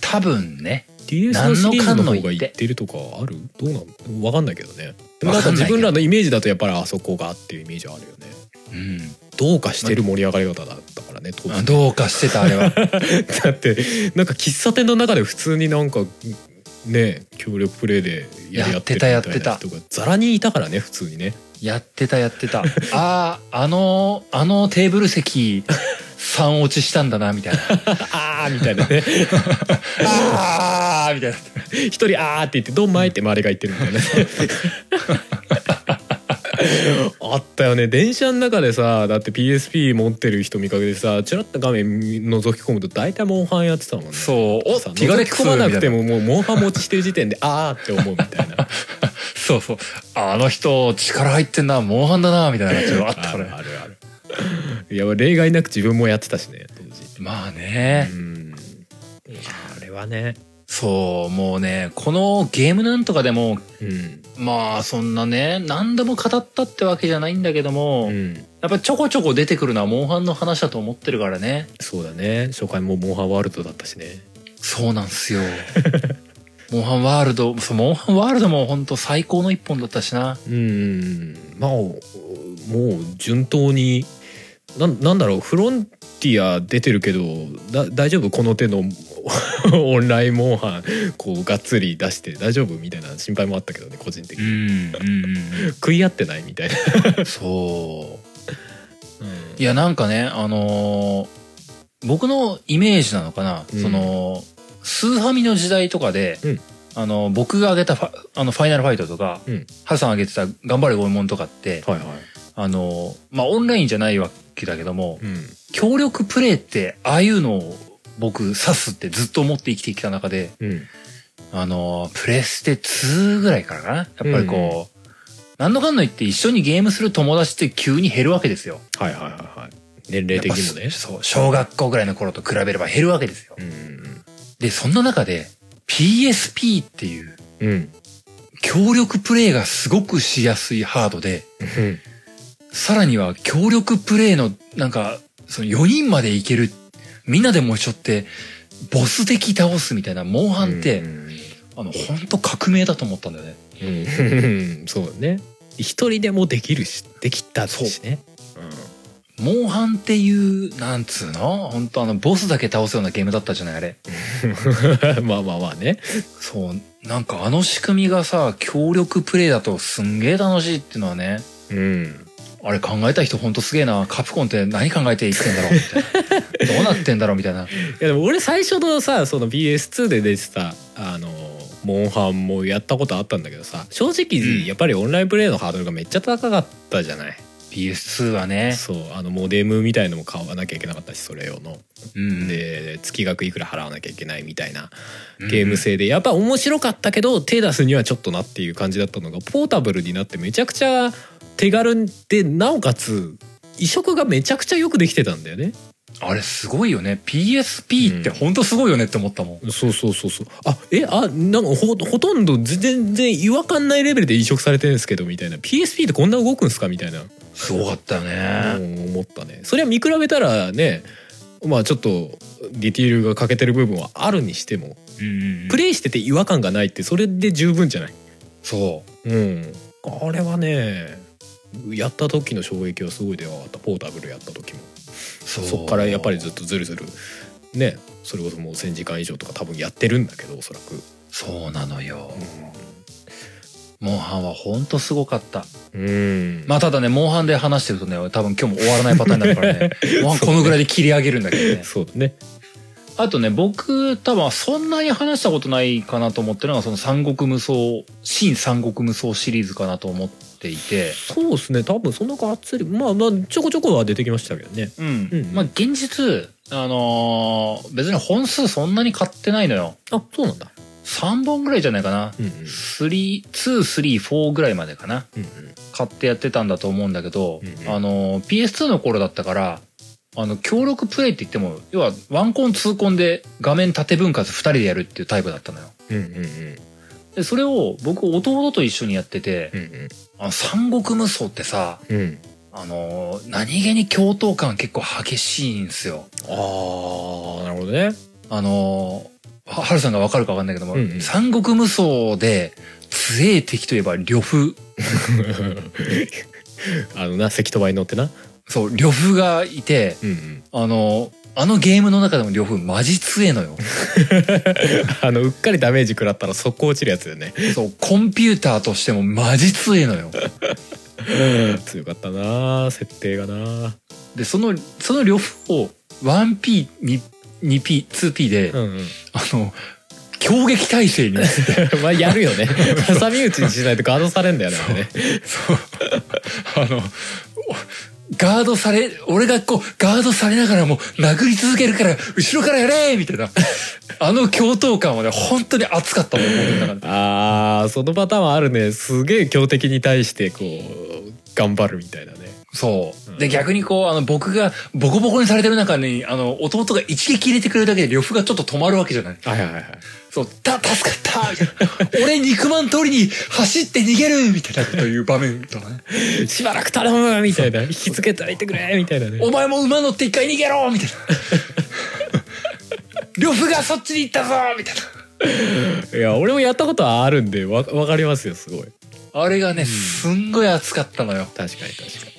S1: 多分ね
S2: DS のシリーズの方がいってるとかあるどうなのわかんないけどねでもなんか
S1: わかんない
S2: 自
S1: けど
S2: 分らのイメージだとやっぱりあそこがっていうイメージあるよね
S1: うん
S2: どうかしてる盛り上がり方だったからね当
S1: あ
S2: 時
S1: どうかしてたあれは
S2: (laughs) だってなんか喫茶店の中で普通になんかね協力プレイでやり合ってるみ
S1: やってた
S2: いな人がざらにいたからね普通にね
S1: やってたやってたあああのあのテーブル席3落ちしたんだなみたいな
S2: (laughs) あーみたいなね
S1: ああみたいな
S2: 一人あーって言ってドンマイって周りが言ってるみた (laughs) いなあったよね電車の中でさだって PSP 持ってる人見かけてさチラッと画面覗き込むと大体モンハンやってたもん
S1: (laughs)
S2: ね
S1: そうお
S2: さ
S1: 気が
S2: 覗
S1: 利く
S2: き込まなくてももうモンハン持ちしてる時点であーって思うみたいな
S1: そうそうあの人力入ってんなモンハンだなみたいな感じ (laughs) があった
S2: あ
S1: か
S2: る
S1: ら
S2: あるあるいや例外なく自分もやってたしね当時
S1: まあね、
S2: うんいやあれはね
S1: そうもうねこのゲームなんとかでも
S2: うん
S1: まあそんなね何でも語ったってわけじゃないんだけども、
S2: う
S1: や
S2: ん
S1: っぱちょこちょこ出てくるのはモンハンの話だと思ってるからね
S2: そうだね初回もモンハンワールドだったしね
S1: そうなんすよ (laughs) モンハンワールドそうモンハンワールドも本当最高の一本だったしな
S2: うんまあおもう順当になんなんだろうフロンティア出てるけどだ大丈夫この手の (laughs) オンラインモンハンこうがっつり出して大丈夫みたいな心配もあったけどね個人的
S1: う
S2: に
S1: ん
S2: 食い合ってないみたいな、
S1: うんそうい
S2: や
S1: やなんかねあのー僕のイメージなのかな、
S2: うん
S1: そのスーハミの時代とかで、
S2: うん
S1: あの僕が挙げたファあのファイナルファイトとか、
S2: うん
S1: ハルさん挙げてた「頑張れゴエモン」とかって
S2: はいはい
S1: あのまあオンラインじゃないわけだけども
S2: うん
S1: 協力プレイってああいうのを僕指すってずっと思って生きてきた中で
S2: うん
S1: あのプレステ2ぐらいからかなやっぱりこう、何のかんの言って一緒にゲームする友達って急に減るわけですよ。
S2: はいはいはいはい年齢的にも
S1: やっ
S2: ね
S1: ぱそう小学校ぐらいの頃と比べれば減るわけですよ。
S2: うん
S1: でそんな中で PSP っていう
S2: うん
S1: 協力プレイがすごくしやすいハードで
S2: うん
S1: さらには協力プレイの、なんか、その4人までいける、みんなでもちょって、ボス敵倒すみたい (laughs) な、モンハンって、
S2: うん
S1: あの、ほんと革命だと思ったんだよね。
S2: うん、そうだね一人でもできるしできたしね
S1: モンハンっていう、なんつうの本当あの、ボスだけ倒すようなゲームだったじゃないあれ。
S2: うん (laughs) まあまあまあね
S1: そう、なんかあの仕組みがさ、協力プレイだとすんげえ楽しいっていうのはね、
S2: うん
S1: あれ考えた人ほんとすげえな。カプコンって何考えて生きてんだろうみたい
S2: (laughs)
S1: な。どうなってんだろうみたいな。
S2: いやでも俺最初のさその BS2 で出てたあのモンハンもやったことあったんだけどさ
S1: う
S2: 正
S1: ん
S2: 直やっぱりオンラインプレイのハードルがめっちゃ高かったじゃない、
S1: PS2 はね。
S2: そうあのモデムみたいのも買わなきゃいけなかったしそれ用の、
S1: うん
S2: で月額いくら払わなきゃいけないみたいなゲーム性でやっぱ面白かったけど手出すにはちょっとなっていう感じだったのがポータブルになってめちゃくちゃ手軽でなおかつ移植がめちゃくちゃよくできてたんだよね
S1: あれすごいよね PSP ってほんとすごいよねって思ったもん、
S2: そうそうそうそうあえあなんかほほとんど全然違和感ないレベルで移植されてるんですけどみたいな PSP ってこんな動くんですかみたいな、
S1: すごかったよ
S2: う
S1: ね、
S2: ん思ったねそれは見比べたらねまあちょっとディティールが欠けてる部分はあるにしてもプ
S1: プレ
S2: レイしてて違和感がないってそれで十分じゃない
S1: そう
S2: うんあれはねやった時の衝撃はすごいでかかったポータブルやった時も
S1: そ
S2: そっからやっぱりずっとずるずるねそれこそもう1,000時間以上とか多分やってるんだけどおそらく。
S1: そうなのよモンハンはほんとすごかった
S2: うん
S1: まあただねモンハンで話してるとね多分今日も終わらないパターンになるから
S2: (laughs)
S1: ねモンハンこのぐらいで切り上げるんだけどね
S2: そうだね。
S1: あとね僕多分そんなに話したことないかなと思ってるのがその三国無双新三国無双シリーズかなと思っていて
S2: そうですね。多分そんながっつり、まあまあちょこちょこは出てきましたけどね。
S1: うん、
S2: うん
S1: まあ現実あのー別に本数そんなに買ってないのよ
S2: あ、そうなんだ。
S1: 3本ぐらいじゃないかな。
S2: うんうん
S1: 3,2,3,4ぐらいまでかな。
S2: うん
S1: 買ってやってたんだと思うんだけど、
S2: うんうん
S1: あの、PS2 の頃だったから、あの、協力プレイって言っても、要はワンコン、ツーコンで画面縦分割2人でやるっていうタイプだったのよ。
S2: うんうんうん
S1: で、それを僕弟と一緒にやってて、
S2: うん
S1: あの、三国無双ってさ、
S2: うんうん。
S1: あの、何気に共闘感結構激しいんですよ。
S2: ああ、なるほどね。
S1: あのー、ははるさんがわかるかわかんないけども、
S2: うんうん
S1: 三国無双で、強い敵といえば、呂布。
S2: あのな、石と場に乗ってな。
S1: そう、呂布がいて、
S2: うんうん。
S1: あのー、あのゲームの中でも呂布マジ強えの
S2: (laughs)
S1: よ。
S2: あのうっかりダメージ食らったら速攻落ちるやつだよね。
S1: そう、コンピューターとしてもマジ強えのよ。
S2: 強かったな、設定がな。
S1: でそのその両方 1P2P2P で、
S2: うん (laughs) うん
S1: あの攻撃体制に移って
S2: まあやる (laughs) よね挟み撃ちにしないとガードされんだよねあれね
S1: そうあのおガードされ俺がこうガードされながらも殴り続けるから後ろからやれみたいなあの共闘感はね本当に熱かったもん僕の中で
S2: あーそのパターンはあるねすげえ強敵に対してこう頑張るみたいなね
S1: そう。
S2: う
S1: で、
S2: ん
S1: 逆にこう、あの、僕がボコボコにされてる中に、あの、弟が一撃入れてくれるだけで、呂布がちょっと止まるわけじゃない。
S2: はいはいはいはい
S1: そう、た、助かったみたいな俺肉まん通りに走って逃げるみたいなこという場面とかね。
S2: (laughs) しばらく頼むみたいな引きつけておいてくれみたいなね
S1: お前も馬乗って一回逃げろみ (laughs) たいな。呂布がそっちに行ったぞみたいな。
S2: いや俺もやったことはあるんでわわかりますよすごい
S1: あれがね、すんごい熱かったのよ。
S2: 確かに確かに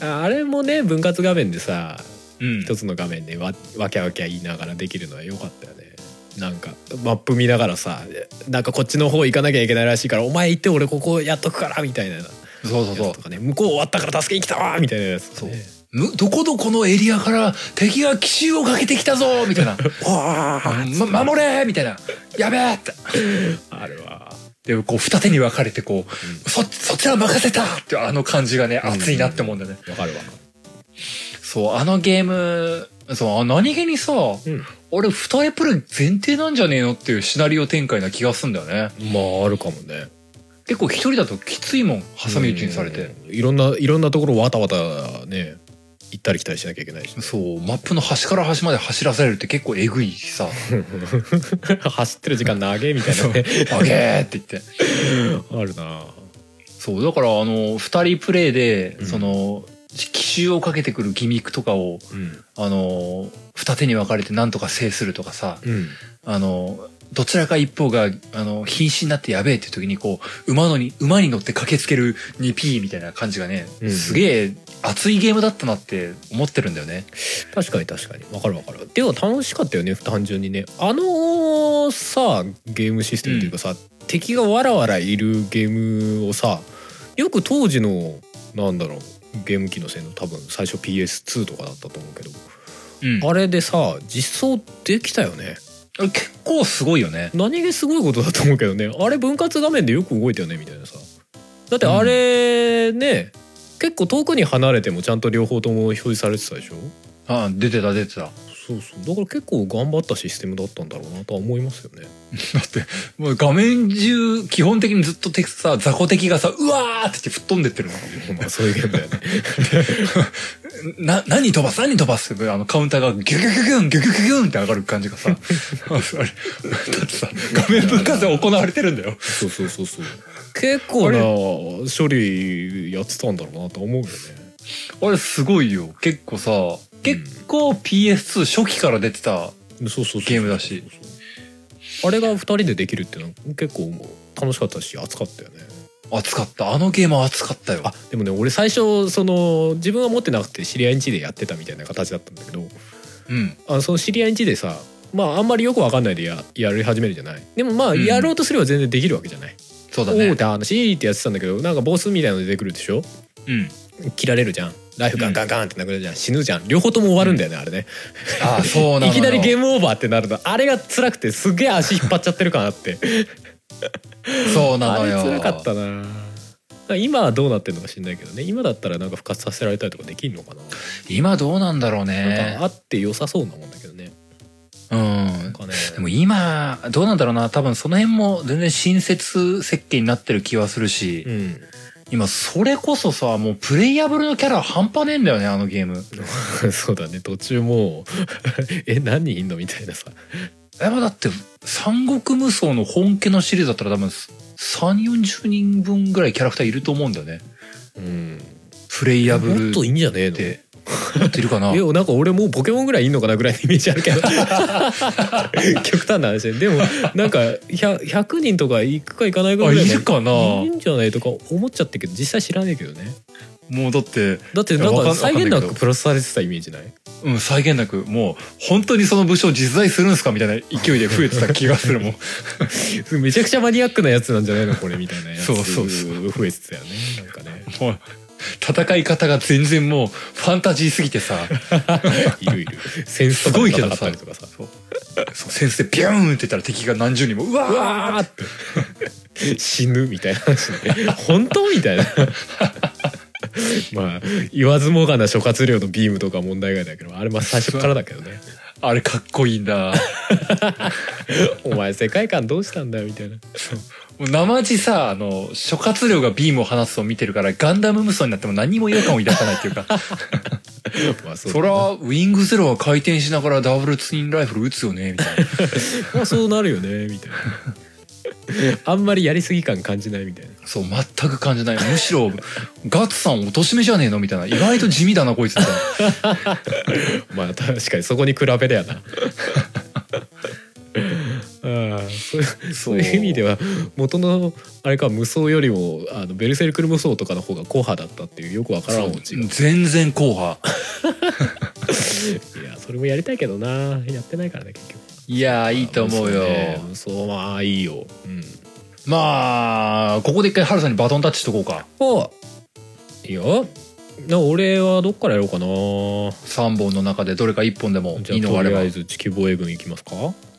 S2: ああれもね分割画面でさ
S1: うん
S2: 一つの画面でわわきゃわきゃ言いながらできるのは良かったよねなんかマップ見ながらさなんかこっちの方行かなきゃいけないらしいからお前行って俺ここやっとくからみたいなや
S1: そうそう
S2: つ
S1: そう
S2: と。かね向こう終わったから助けに来たわみたいなやつとかね
S1: むどこどこのエリアから敵が奇襲をかけてきたぞみたい (laughs) な。
S2: わあ
S1: ま、守れみたいな。やべえって。
S2: あるわ
S1: で、こう、二手に分かれて、こう、そ、そちら任せたっていうあの感じがね、熱いなって思うんだよね。
S2: わかるわ
S1: そう、あのゲーム、そう、あ何気にさ、
S2: うん
S1: 俺、二重プレイ前提なんじゃねえのっていうシナリオ展開な気がすんだよね。
S2: まああるかもね
S1: 結構一人だときついもん、挟み撃ちにされて。
S2: うんいろんないろんなところわたわたね行ったり来たりしなきゃいけないし
S1: そう、マップの端から端まで走らされるって結構えぐいしさ、
S2: (laughs) 走ってる時間長えみたいなね
S1: あげーって言って。
S2: あるな
S1: そう、だからあの、二人プレイで、
S2: うん
S1: その、奇襲をかけてくるギミックとかを、
S2: うん
S1: あの、二手に分かれてなんとか制するとかさ、
S2: うん
S1: あの、どちらか一方が、あの、瀕死になってやべえっていう時に、こう、馬のに、馬に乗って駆けつける 2P みたいな感じがね、
S2: うん
S1: すげえ熱いゲームだったなって思ってるんだよね。
S2: 確かに確かにわかるわかるでも楽しかったよね単純にねあのさゲームシステムというかさ、敵がわらわらいるゲームをさよく当時のなんだろうゲーム機の性能多分最初 PS2 とかだったと思うけど、
S1: うん。
S2: あれでさ実装できたよね
S1: あれ結構すごいよね。
S2: 何気すごいことだと思うけどねあれ分割画面でよく動いたよねみたいなさだってあれね、結構遠くに離れてもちゃんと両方とも表示されてたでしょ
S1: ああ出てた出てた。 (laughs) だ
S2: そうそうだから結構頑張ったシステムだったんだろうなとは思いますよね
S1: って、もう画面中、基本的にずっとテクさ、雑魚敵がさ、うわーって言って吹っ飛んでってるの。
S2: (laughs) まあそういうゲームだよね
S1: な、何飛ばす何飛ばすあの、カウンターがギュギュギュギュン、ギュギュギュギュンって上がる感じがさ、 (laughs) あれ、だってさ、 (laughs) 画面分割で行われてるんだよ。
S2: そうそうそうそう結構な処理やってたんだろうなと思うよね
S1: あれすごいよ。結構さ、結構 PS2 初期から出てた。
S2: そうそうそうそう
S1: ゲームだし
S2: あれが2人でできるっていうのは結構楽しかったし熱かったよね
S1: 熱かった。あのゲームは熱かったよ。
S2: あでもね俺最初その自分は持ってなくて知り合いん家でやってたみたいな形だったんだけど
S1: うん。
S2: あその知り合いん家でさまああんまりよくわかんないでややり始めるじゃないでもまあ
S1: うん
S2: やろうとすれば全然できるわけじゃない、
S1: そうだ
S2: おおっ
S1: ね。
S2: て話ってやってたんだけどなんかボスみたいなの出てくるでしょ
S1: うん。
S2: 切られるじゃんライフガンガンガンってなくなるじゃん、死ぬじゃん両方とも終わるんだよね、あれね
S1: あ、そうなの
S2: いきなりゲー
S1: ム。
S2: ムオーバーってなるのあれが辛くてすげえ足引っ張っちゃってる感あって
S1: そう (laughs) な
S2: あ
S1: の
S2: れ
S1: よ。
S2: 辛かったな今はどうなってるのか知んないけどね今だったらなんか復活させられたりとかできんのかな
S1: 今どうなんだろう
S2: なん
S1: ね
S2: か。あって良さそうなもんだけどね。
S1: うん
S2: なん。かね
S1: でも今、どうなんだろうな。多分その辺も全然新設設計になってる気はするし、
S2: うん、 (laughs)
S1: 今それこそさ、もうプレイヤブルのキャラ半端ねえんだよね、あのゲーム。
S2: そうだね途中もう (laughs) え何人いんのみたいなさ
S1: え、まあだって、三国無双の本家のシリーズだったら多分、3、40人分ぐらいキャラクターいると思うんだよね。
S2: うん
S1: プレイヤブ
S2: も
S1: ル
S2: っといいんじゃねえの
S1: で。もっといるかな
S2: いやなんか俺もうポケモンぐらいいんのかなぐらいのイメージあ
S1: (laughs)
S2: るけど極端な話ででもなんか 100, 100人とか行くか行かないか
S1: あ、
S2: ぐらい
S1: い
S2: の
S1: るかない
S2: るんじゃないとか思っちゃったけど実際知らねえけどね
S1: もうだって、
S2: だってなん
S1: いやわか
S2: か
S1: ん
S2: 再現
S1: わか
S2: な
S1: んないけ
S2: く
S1: ど
S2: プラスされてたイメージない
S1: うん、再現なく、もう、本当にその武将実在するんすかみたいな勢いで増えてた気がするもん。
S2: めちゃくちゃマニアックなやつなんじゃないのこれみたいなやつ
S1: そうそうそ
S2: 増えてたよねなんかね
S1: もう、戦い方が全然もうファンタジーすぎてさ
S2: (laughs) いるいる。セン
S1: す
S2: ス
S1: ごいけどさ
S2: とかさ。
S1: そうそう先生ビューンって言ったら敵が何十人もうわー
S2: うわーって (laughs) 死ぬみたいな話で本当みたいな (laughs) まあ言わずもがな諸葛亮のビームとか問題外だけどあれまあ最初からだけど
S1: (laughs)
S2: ね
S1: あれかっこいいんだ
S2: お前世界観どうしたんだよみたいな
S1: もう生地さあの諸葛亮がビームを放つのを見てるからガンダム無双になっても何も違和感を抱かないっていうか
S2: まあそう
S1: (laughs) そらウィングゼロは回転しながらダブルツインライフル撃つよねみたいな
S2: まあそうなるよねみたいなあんまりやりすぎ感感じないみたいな
S1: (laughs) そう全く感じないむしろガッツさん落とし目じゃねえのみたいな意外と地味だなこいつみたいな
S2: (laughs) まあ確かにそこに比べりゃな (laughs) ああそうそういう意味では元のあれか無双よりもあのベルセルクル無双とかの方が硬派だったっていうよくわ
S1: (laughs)
S2: からんおうちがい
S1: 全然硬派
S2: やそれもやりたいけどなやってないからね結局
S1: いやーいいと思うよ
S2: ああ無双ね無双まあいいようん
S1: まあここで一回ハルさんにバトンタッチしとこうか
S2: あいいよな俺はどっからやろうかな
S1: 3本の中でどれか1本でも
S2: じゃ
S1: いい
S2: あ
S1: のがあ
S2: と
S1: れ
S2: りあ
S1: ば
S2: えず地球防衛軍いきますか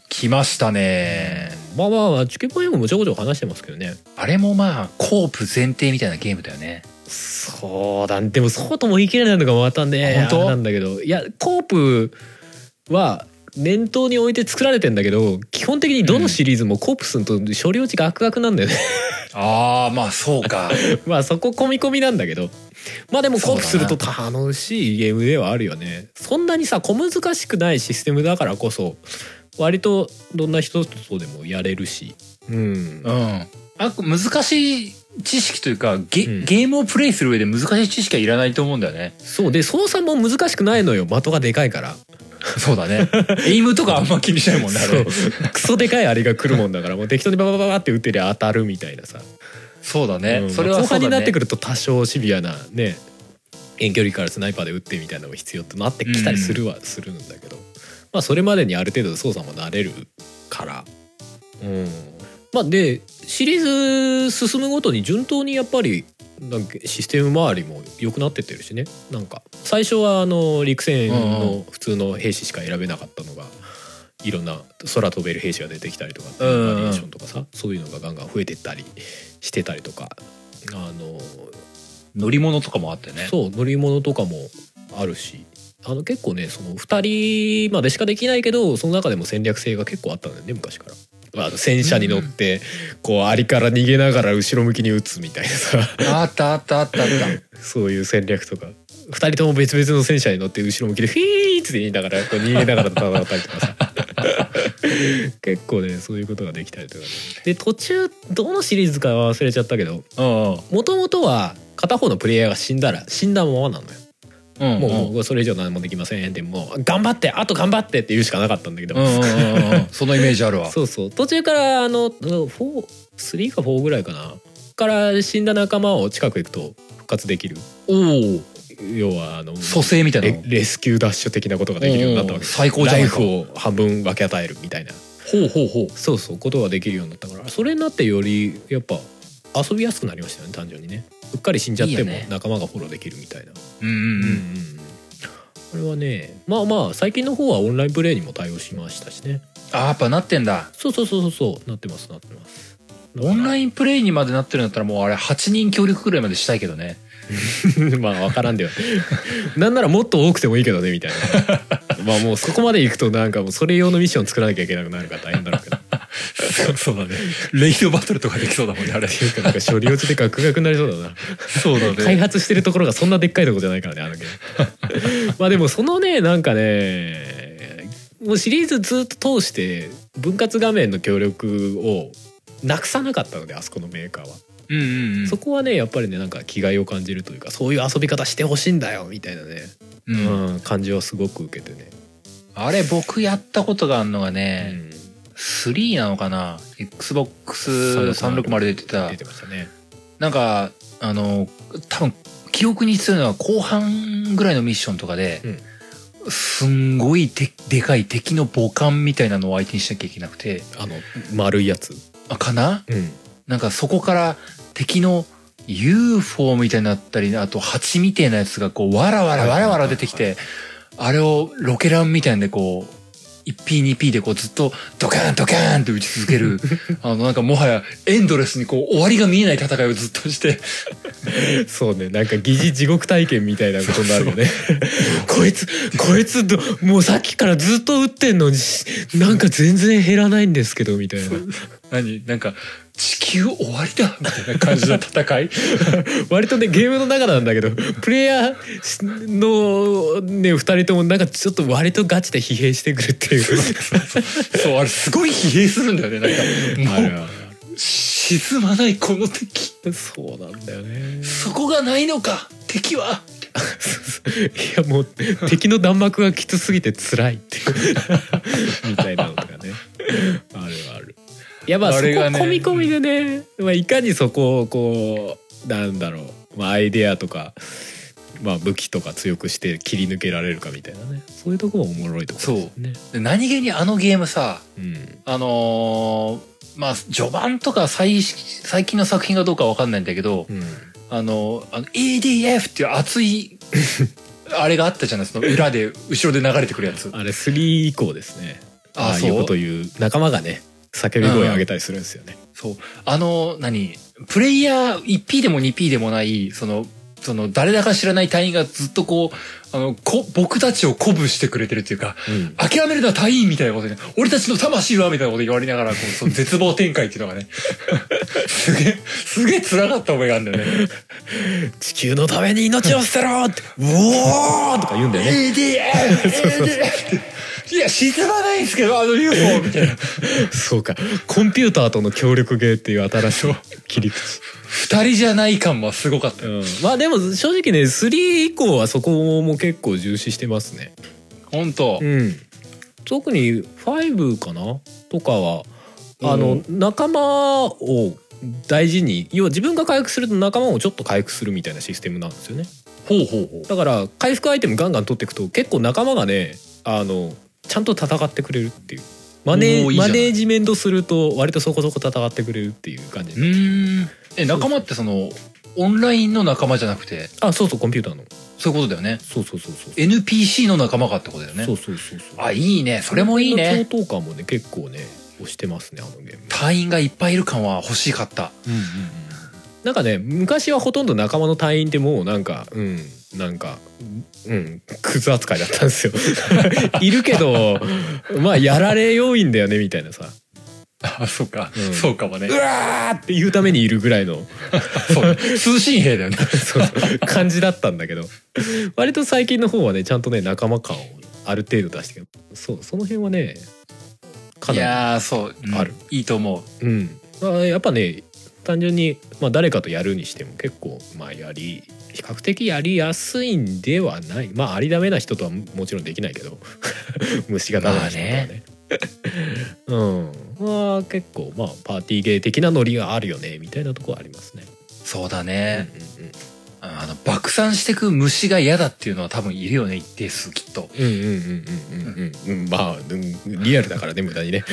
S1: 来ましたね
S2: まあまあまあ地球防衛軍もちょこちょこ話してますけどね
S1: あれもまあコープ前提みたいなゲームだよね
S2: そうだでもそうとも言い切れないのがまたね
S1: 本当
S2: あれなんだけどいやコープは念頭に置いて作られてんだけど基本的にどのシリーズもコープすると処理落ちが悪悪なんだよね (laughs)
S1: ああまあそうか
S2: まあそこ込み込みなんだけどまあでもコープする
S1: そ
S2: と
S1: う
S2: 楽しいゲームではあるよねそんなにさ小難しくないシステムだからこそ割とどんな人とでもやれるしうん
S1: うんあ難しい知識というかゲ,、
S2: うん
S1: ゲームをプレイする上で難しい知識はいらないと思うんだよね
S2: そうで操作も難しくないのよ的がでかいから
S1: そうだねエイムとかあんま気にしないもんねあ
S2: そう
S1: れ
S2: クソでかいあれが来るもん
S1: (laughs)
S2: だからもう適当にバババババって打ってりゃ当たるみたいなさ、
S1: そうだね、
S2: うん
S1: それはそ
S2: 後
S1: うだ、ね、
S2: 半になってくると多少シビアなね遠距離からスナイパーで打ってみたいなのも必要となってきたりするはするんだけど、まあそれまでにある程度操作も慣れるからうんまあでシリーズ進むごとに順当にやっぱりなんかシステム周りも良くなってってるしねなんか最初はあの陸戦
S1: うん
S2: の普通の兵士しか選べなかったのがいろんな空飛べる兵士が出てきたりとかっていうバリエーションとかさそういうのがガンガン増えてったりしてたりとかあの
S1: 乗り物とかもあってね
S2: そう乗り物とかもあるしあの結構ねその2人までしかできないけどその中でも戦略性が結構あったんだよね昔から。あの戦車に乗って、こうアリから逃げながら後ろ向きに撃つみたいなさ
S1: あったあったあったあった
S2: そういう戦略とか2人とも別々の戦車に乗って後ろ向きで「フィー!」って言いながらこう逃げながら戦ったりとか
S1: (laughs)
S2: さ結構ねそういうことができたりとかね、で途中どのシリーズかは忘れちゃったけど
S1: うん
S2: もともとは片方のプレイヤーが死んだら死んだままなのよ。
S1: うんうん
S2: もうそれ以上何もできませんってもう頑張ってあと頑張ってって言うしかなかったんだけど、
S1: うんうんうんうんそのイメージあるわ
S2: そうそう途中からあの43か4ぐらいかなから死んだ仲間を近く行くと復活できる
S1: おお
S2: 要はあの
S1: 蘇生みたいな
S2: レ
S1: の
S2: レスキューダッシュ的なことができるようになったわけです
S1: おー最高じゃ
S2: ラ
S1: な
S2: イ
S1: いか
S2: フを半分分け与えるみたいな
S1: ほうほうほう
S2: そうそうことができるようになったからそれになってよりやっぱ遊びやすくなりましたよね単純にねうっかり死んじゃっても
S1: いいよね
S2: 仲間がフォローできるみたいな
S1: うんうんうん
S2: これはねまあまあ最近の方はオンラインプレイにも対応しましたしね
S1: あやっぱなってんだ
S2: そうそうそうそうそうなってますなってます
S1: オンラ
S2: ン
S1: インプレイにまでなってるんだったらもうあれ8人協力ぐらいまでしたいけどね
S2: (laughs) まあ分からんではなんならもっと多くてもいいけどねみたいなまあもうそこまで行くとなんかもうそれ用のミッション作らなきゃいけなくなるから大変だろうけどっ
S1: そうだねレイドバトルとかできそうだもんねあれ
S2: ていうかなんか処理落ちでガクガクになりそうだな
S1: そうだ
S2: 開発してるところがそんなでっかいとこじゃないからねあのゲー
S1: (laughs)
S2: ムまあでもそのねなんかねもうシリーズずっと通して分割画面の協力をなくさなかったのであそこのメーカーは、
S1: うんうんうん
S2: そこはねやっぱりねなんか気概を感じるというかそういう遊び方してほしいんだよみたいなね、
S1: うん
S2: うん感じはすごく受けてね、
S1: あれ僕やったことがあるのがね、
S2: うん
S1: 3なのかな XBOX360 で出てた
S2: 出てましたね
S1: なんかあの多分記憶に強いのは後半ぐらいのミッションとかで、すんごいてでかい敵の母艦みたいなのを相手にしなきゃいけなくて
S2: あの丸いやつ
S1: あかな
S2: うん
S1: なんかそこから敵の UFO みたいになったりあと蜂みたいなやつがこうわらわらわらわら出てきてあれをロケランみたいんでこう 1P2P でこうずっとドカーンドカーンって打ち続けるあのなんかもはやエンドレスにこう終わりが見えない戦いをずっとして
S2: そうねなんか疑似地獄体験みたいなことになるよねこいつこいつどもうさっきからずっと打ってんのになんか全然減らないんですけどみたいな
S1: 何なんか地球終わりだみたいな感じの戦い
S2: 割とねゲームの中なんだけどプレイヤーのね2人ともなんかちょっと割とガチで疲弊してくるっ
S1: (laughs)
S2: ていう
S1: そうあれすごい疲弊するんだよねなんかも
S2: (laughs) あ
S1: う沈まないこの敵
S2: るそうなんだよね
S1: そこがないのか敵はい
S2: (laughs) やもう敵の弾幕がきつすぎて辛いっていう (laughs) みたいなのとかねあるあるいやまあ
S1: あ
S2: そこ
S1: れがね
S2: 込み込みでね、まあ、いかにそこをこうなんだろう、まあ、アイデアとか、まあ、武器とか強くして切り抜けられるかみたいなねそういうとこもおもろいところですね
S1: で何気にあのゲームさ
S2: うん
S1: あのーまあ序盤とか最最近の作品がどうかわかんないんだけど、
S2: うん
S1: あのあの EDF っていう熱
S2: (laughs)
S1: いあれがあったじゃないその裏で後ろで流れてくるやつ
S2: あれ3以降ですね
S1: あ
S2: ああ
S1: そう
S2: いうこと言う仲間がね叫び声上げたりするんですよね、
S1: そうあの何プレイヤー 1P でも 2P でもないそのその誰だか知らない隊員がずっとこうあのこ僕たちを鼓舞してくれてるっていうか
S2: うん
S1: 諦めるな隊員みたいなことで、ね、俺たちの魂はみたいなこと言われながらこうその絶望展開っていうのがねすげえすげえ辛かった思いがあるんだよね
S2: (laughs) 地球のために命を捨てろってうおーとか言うんだよね
S1: ADF! いや、沈まないんですけど、あの UFO みたいな。
S2: そうかコンピューターとの協力ゲーっていう新し (laughs) い切り口、
S1: 二人じゃない感はすごかったよ。
S2: まあでも正直ね3以降はそこも結構重視してますね
S1: ほんと。
S2: ん特に5かなとかはあ
S1: う
S2: の
S1: ん
S2: 仲間を大事に要は自分が回復すると仲間をちょっと回復するみたいなシステムなんですよね
S1: ほうほうほう。
S2: だから回復アイテムガンガン取っていくと結構仲間がねあのちゃんと戦ってくれるっていうマネ
S1: おーいいじゃな
S2: マ
S1: い
S2: ネージメントすると割とそこそこ戦ってくれるっていう感じ
S1: うーん。え、仲間ってその、オンラインの仲間じゃなくて、
S2: あそうそうコンピューターの
S1: そういうことだよね。
S2: そうそうそうそう
S1: NPC の仲間かってことだよね
S2: そ。うそうそうそう
S1: あ、いいね。それもいいね。
S2: 共闘感もね結構ね押してますねあのゲーム
S1: 隊員がいっぱいいる感は欲しかった。
S2: なんかね昔はほとんど仲間の隊員ってもうなんかうんなんかうんクズ扱いだった
S1: (laughs)
S2: んですよいるけどまあやられ要員だよねみたいなさ
S1: (laughs) あ、そうか
S2: うん
S1: そうかもね
S2: うわーって言うためにいるぐらいの (laughs)
S1: そう通信兵だ (laughs) よね。
S2: そうそう感じだったんだけど割と最近の方はねちゃんとね仲間感をある程度出してくるそうその辺はねか
S1: い
S2: な
S1: やー、そう。うん
S2: ある
S1: いいと思う。
S2: り、うんまあ、やっぱね単純に、まあ、誰かとやるにしても結構まあやり比較的やりやすいんではないまあありだめな人とはもちろんできないけど (laughs) 虫がダメな人とはね。 (laughs) うん、まあ結構まあパーティーゲー的なノリがあるよねみたいなとこはありますね。
S1: そうだ
S2: うんうん
S1: ね。
S2: うん
S1: あの、爆散してく虫が嫌だっていうのは多分いるよね、一定数きっと。
S2: うんうんうんうんうんうんうんまあうんリアルだからね無駄にね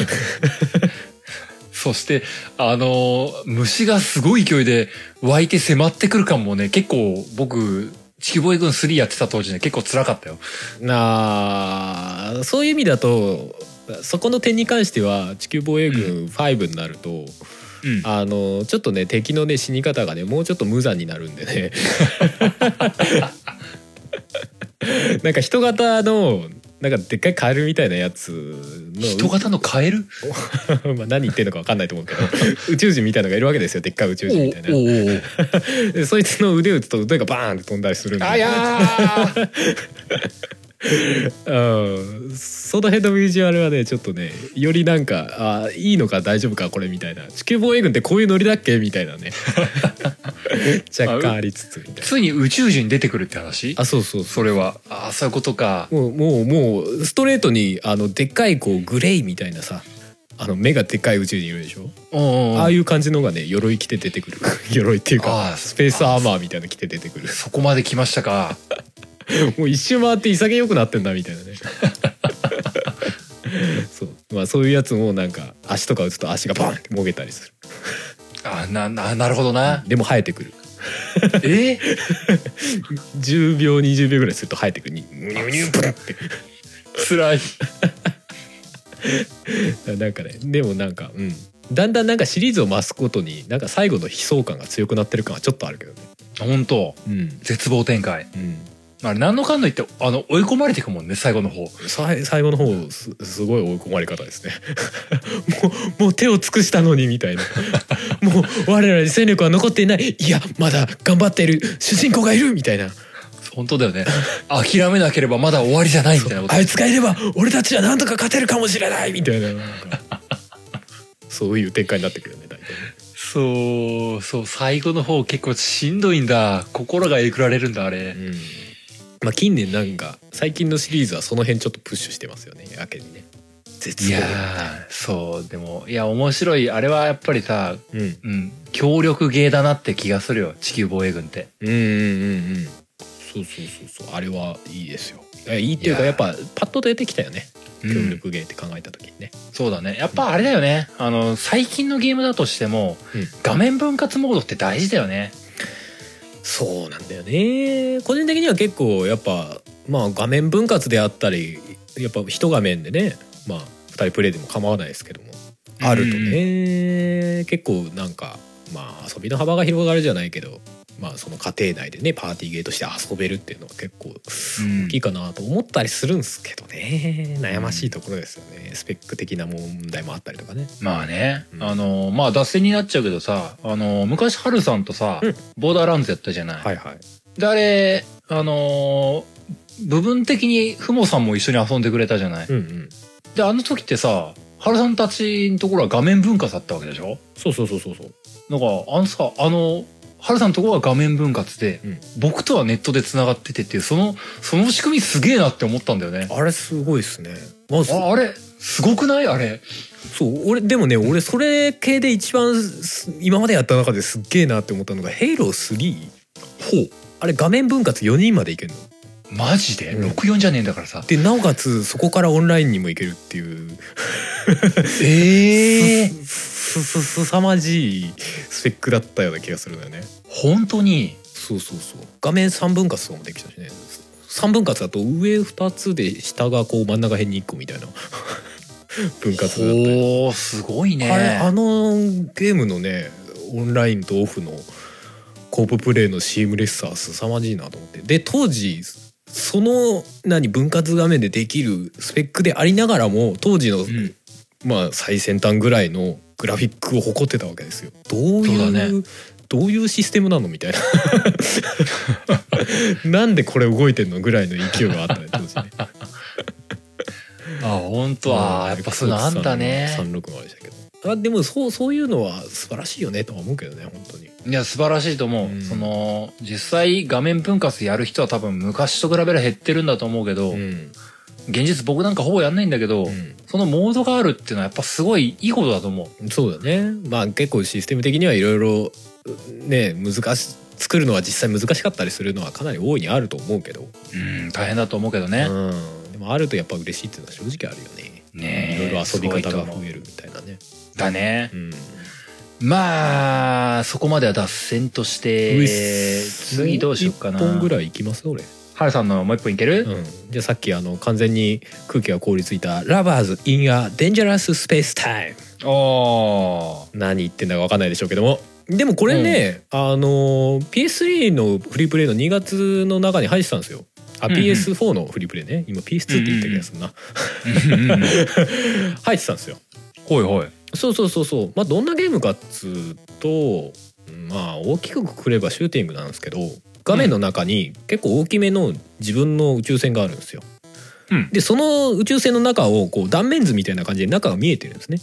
S1: そして、あのー虫がすごい勢いで湧いて迫ってくる感もね、結構僕、地球防衛軍3やってた当時ね、結構辛かったよ。
S2: (laughs) なあそういう意味だとそこの点に関しては地球防衛軍5になると、
S1: うん。
S2: あのちょっとね敵のね死に方がねもうちょっと無残になるんで
S1: (laughs)
S2: ねなんか人型のなんかでっかいカエルみたいなやつの
S1: 人型のカエル
S2: (laughs) まあ何言ってんのか分かんないと思うけど宇宙人みたいのがいるわけですよでっかい宇宙人みたいな
S1: おおお
S2: (laughs) でそいつの腕打つと腕がバーンって飛んだりするんで
S1: あやー
S2: うんその辺のビジュアルはねちょっとねよりなんかあいいのか大丈夫かこれみたいな地球防衛軍ってこういうノリだっけみたい
S1: (laughs)
S2: なね若干ありつつみたいな
S1: (laughs) ついに宇宙人出てくるって話
S2: あそうそうそ
S1: それは。ああ、そういうことか
S2: う。もうもうもうストレートにあのでっかいこうグレイみたいなさあの目がでっかい宇宙人いるでしょ、
S1: おうおうおう
S2: ああいう感じのがね鎧着て出てくる (laughs) 鎧っていう
S1: あ
S2: か
S1: ー
S2: スペースアーマーみたいなの着て出てくる
S1: そこまで来ましたか。
S2: (laughs) もう一周回って潔くなってんだみたいなねそうまあそういうやつもなんか足とか打つと足がバンってもげたりする
S1: あな、な、なるほどな。
S2: でも生えてくる
S1: え
S2: 10秒20秒ぐらいすると生えてくるにニュニュプルって
S1: つらい。
S2: (laughs) なんかねでもなんかうんだんだんなんかシリーズを増すことになんか最後の悲壮感が強くなってる感はちょっとあるけどね
S1: 本当
S2: うん
S1: 絶望展開。
S2: うん
S1: あれ、何のかんの言って、あの、追い込まれていくもんね、最後の方。
S2: さい最後の方すすごい追い込まれ方ですね (laughs) もうもう手を尽くしたのにみたいな (laughs) もう我らに戦力は残っていないいやまだ頑張っている主人公がいるみたいな
S1: 本当だよ (laughs) ね。諦めなければまだ終わりじゃないみたいなこと。
S2: あいつがいれば俺たちはなんとか勝てるかもしれないみたいななんか
S1: (laughs)
S2: そういう展開になってくるよね大体
S1: そう、そう、最後の方結構しんどいんだ。心がえぐられるんだ、あれ。
S2: うんまあ近年なんか最近のシリーズはその辺ちょっとプッシュしてますよねやけにね絶
S1: い
S2: 望
S1: やー、そう、でも、いや、面白い。あれはやっぱりさ、
S2: うんうん
S1: うん、協力芸だなって気がするよ、地球防衛軍って。
S2: うんうんうんそうそうそうそうあれはいいですよいやいいっていうか
S1: い
S2: や
S1: や
S2: っぱパッと出てきたよね
S1: う
S2: 協
S1: ん
S2: 力芸って考えた時にね、
S1: そうだね。やっぱあれだよね。あの、最近のゲームだとしても、
S2: うん
S1: 画面分割モードって大事だよね。
S2: そうなんだよね個人的には結構やっぱまあ画面分割であったりやっぱ一画面でねまあ2人プレイでも構わないですけどもあるとね、結構なんかまあ遊びの幅が広がるじゃないけどまあその家庭内でねパーティーゲーとして遊べるっていうのは結構
S1: うん
S2: 大きいかなと思ったりするんですけどね悩ましいところですよねスペック的な問題もあったりとかね
S1: まあね、
S2: うん
S1: あの、まあ脱線になっちゃうけどさ、あの、昔ハルさんとさ、
S2: うん
S1: ボーダーランズやったじゃない。
S2: はいはい
S1: で、あれ、あの、部分的にふもさんも一緒に遊んでくれたじゃない。
S2: うんうん
S1: で、あの時ってさ、ハルさんたちのところは画面分割だったわけでしょ
S2: そうそうそうそうそう
S1: なんか、あのさ、あの、ハルさんのところは画面分割で、
S2: うん
S1: 僕とはネットで繋がっててっていう、その、その仕組みすげえなって思ったんだよね。
S2: あれすごいですねまず
S1: ああれすごくないあれ。
S2: そう俺でもね俺それ系で一番す今までやった中ですっげえなって思ったのが「ヘイロー3」ほうあれ画面分割4人までいけるの
S1: マジで、
S2: うん
S1: ?64 じゃねえんだからさ。
S2: でなおかつそこからオンラインにもいけるっていう
S1: え
S2: すすすすさまじいスペックだったような気がするんだよね
S1: 本当に
S2: そうそうそう画面3分割とかもできたしね3分割だと上2つで下がこう真ん中辺に1個みたいな (laughs) 分割だったり
S1: おーすごいね
S2: あれあのゲームのねオンラインとオフのコーププレイのシームレスさは凄まじいなと思ってで当時その何分割画面でできるスペックでありながらも当時の、
S1: ん
S2: まあ最先端ぐらいのグラフィックを誇ってたわけですよどうい
S1: そううだね
S2: どういうシステムなのみ (laughs) たいななんでこれ動いてんのぐらいの勢いがあったね当時ね
S1: あ本当はやっぱそういうのあんだね
S2: 三六もあれでしたけど。あでもそうそういうのは素晴らしいよねとは思うけどね本当に。
S1: いや素晴らしいと思う、
S2: うん
S1: その実際画面分割やる人は多分昔と比べる減ってるんだと思うけど、
S2: うん。
S1: 現実僕なんかほぼやんないんだけど、そのモードがあるっていうのはやっぱすごいいいことだと思
S2: うんそうだね。まあ結構システム的にはいろいろね難し作るのは実際難しかったりするのはかなり大いにあると思うけど。
S1: ううん大変だと思うけどね、
S2: うん。でもあるとやっぱ嬉しいっていうのは正直あるよね。
S1: ね
S2: い
S1: え
S2: ろいろ遊び方
S1: すご
S2: が増
S1: いと思
S2: えるみたいなね。
S1: うだね
S2: うん。
S1: まあそこまでは脱線として
S2: ういっす
S1: 次どうしようかな
S2: 一本ぐらいいきます俺。
S1: 原さんのもう一本いける、
S2: うん、じゃあさっきあの完全に空気が凍りついた「ラバーズ・イン・ア・デンジャラス・スペース・タイム
S1: おー」
S2: 何言ってんだか分かんないでしょうけどもでもこれね、あの PS3 のフリープレイの2月の中に入ってたんですよあ
S1: うんうん
S2: PS4 のフリープレイね今 PS2 って言った気がするな、
S1: (laughs)
S2: 入ってたんですよ
S1: ほいほい。
S2: そうそうそうそうまあどんなゲームかっつうとまあ大きくくくればシューティングなんですけど画面の中に結構大きめの自分の宇宙船があるんですよ、
S1: うん
S2: でその宇宙船の中をこう断面図みたいな感じで中が見えてるんですね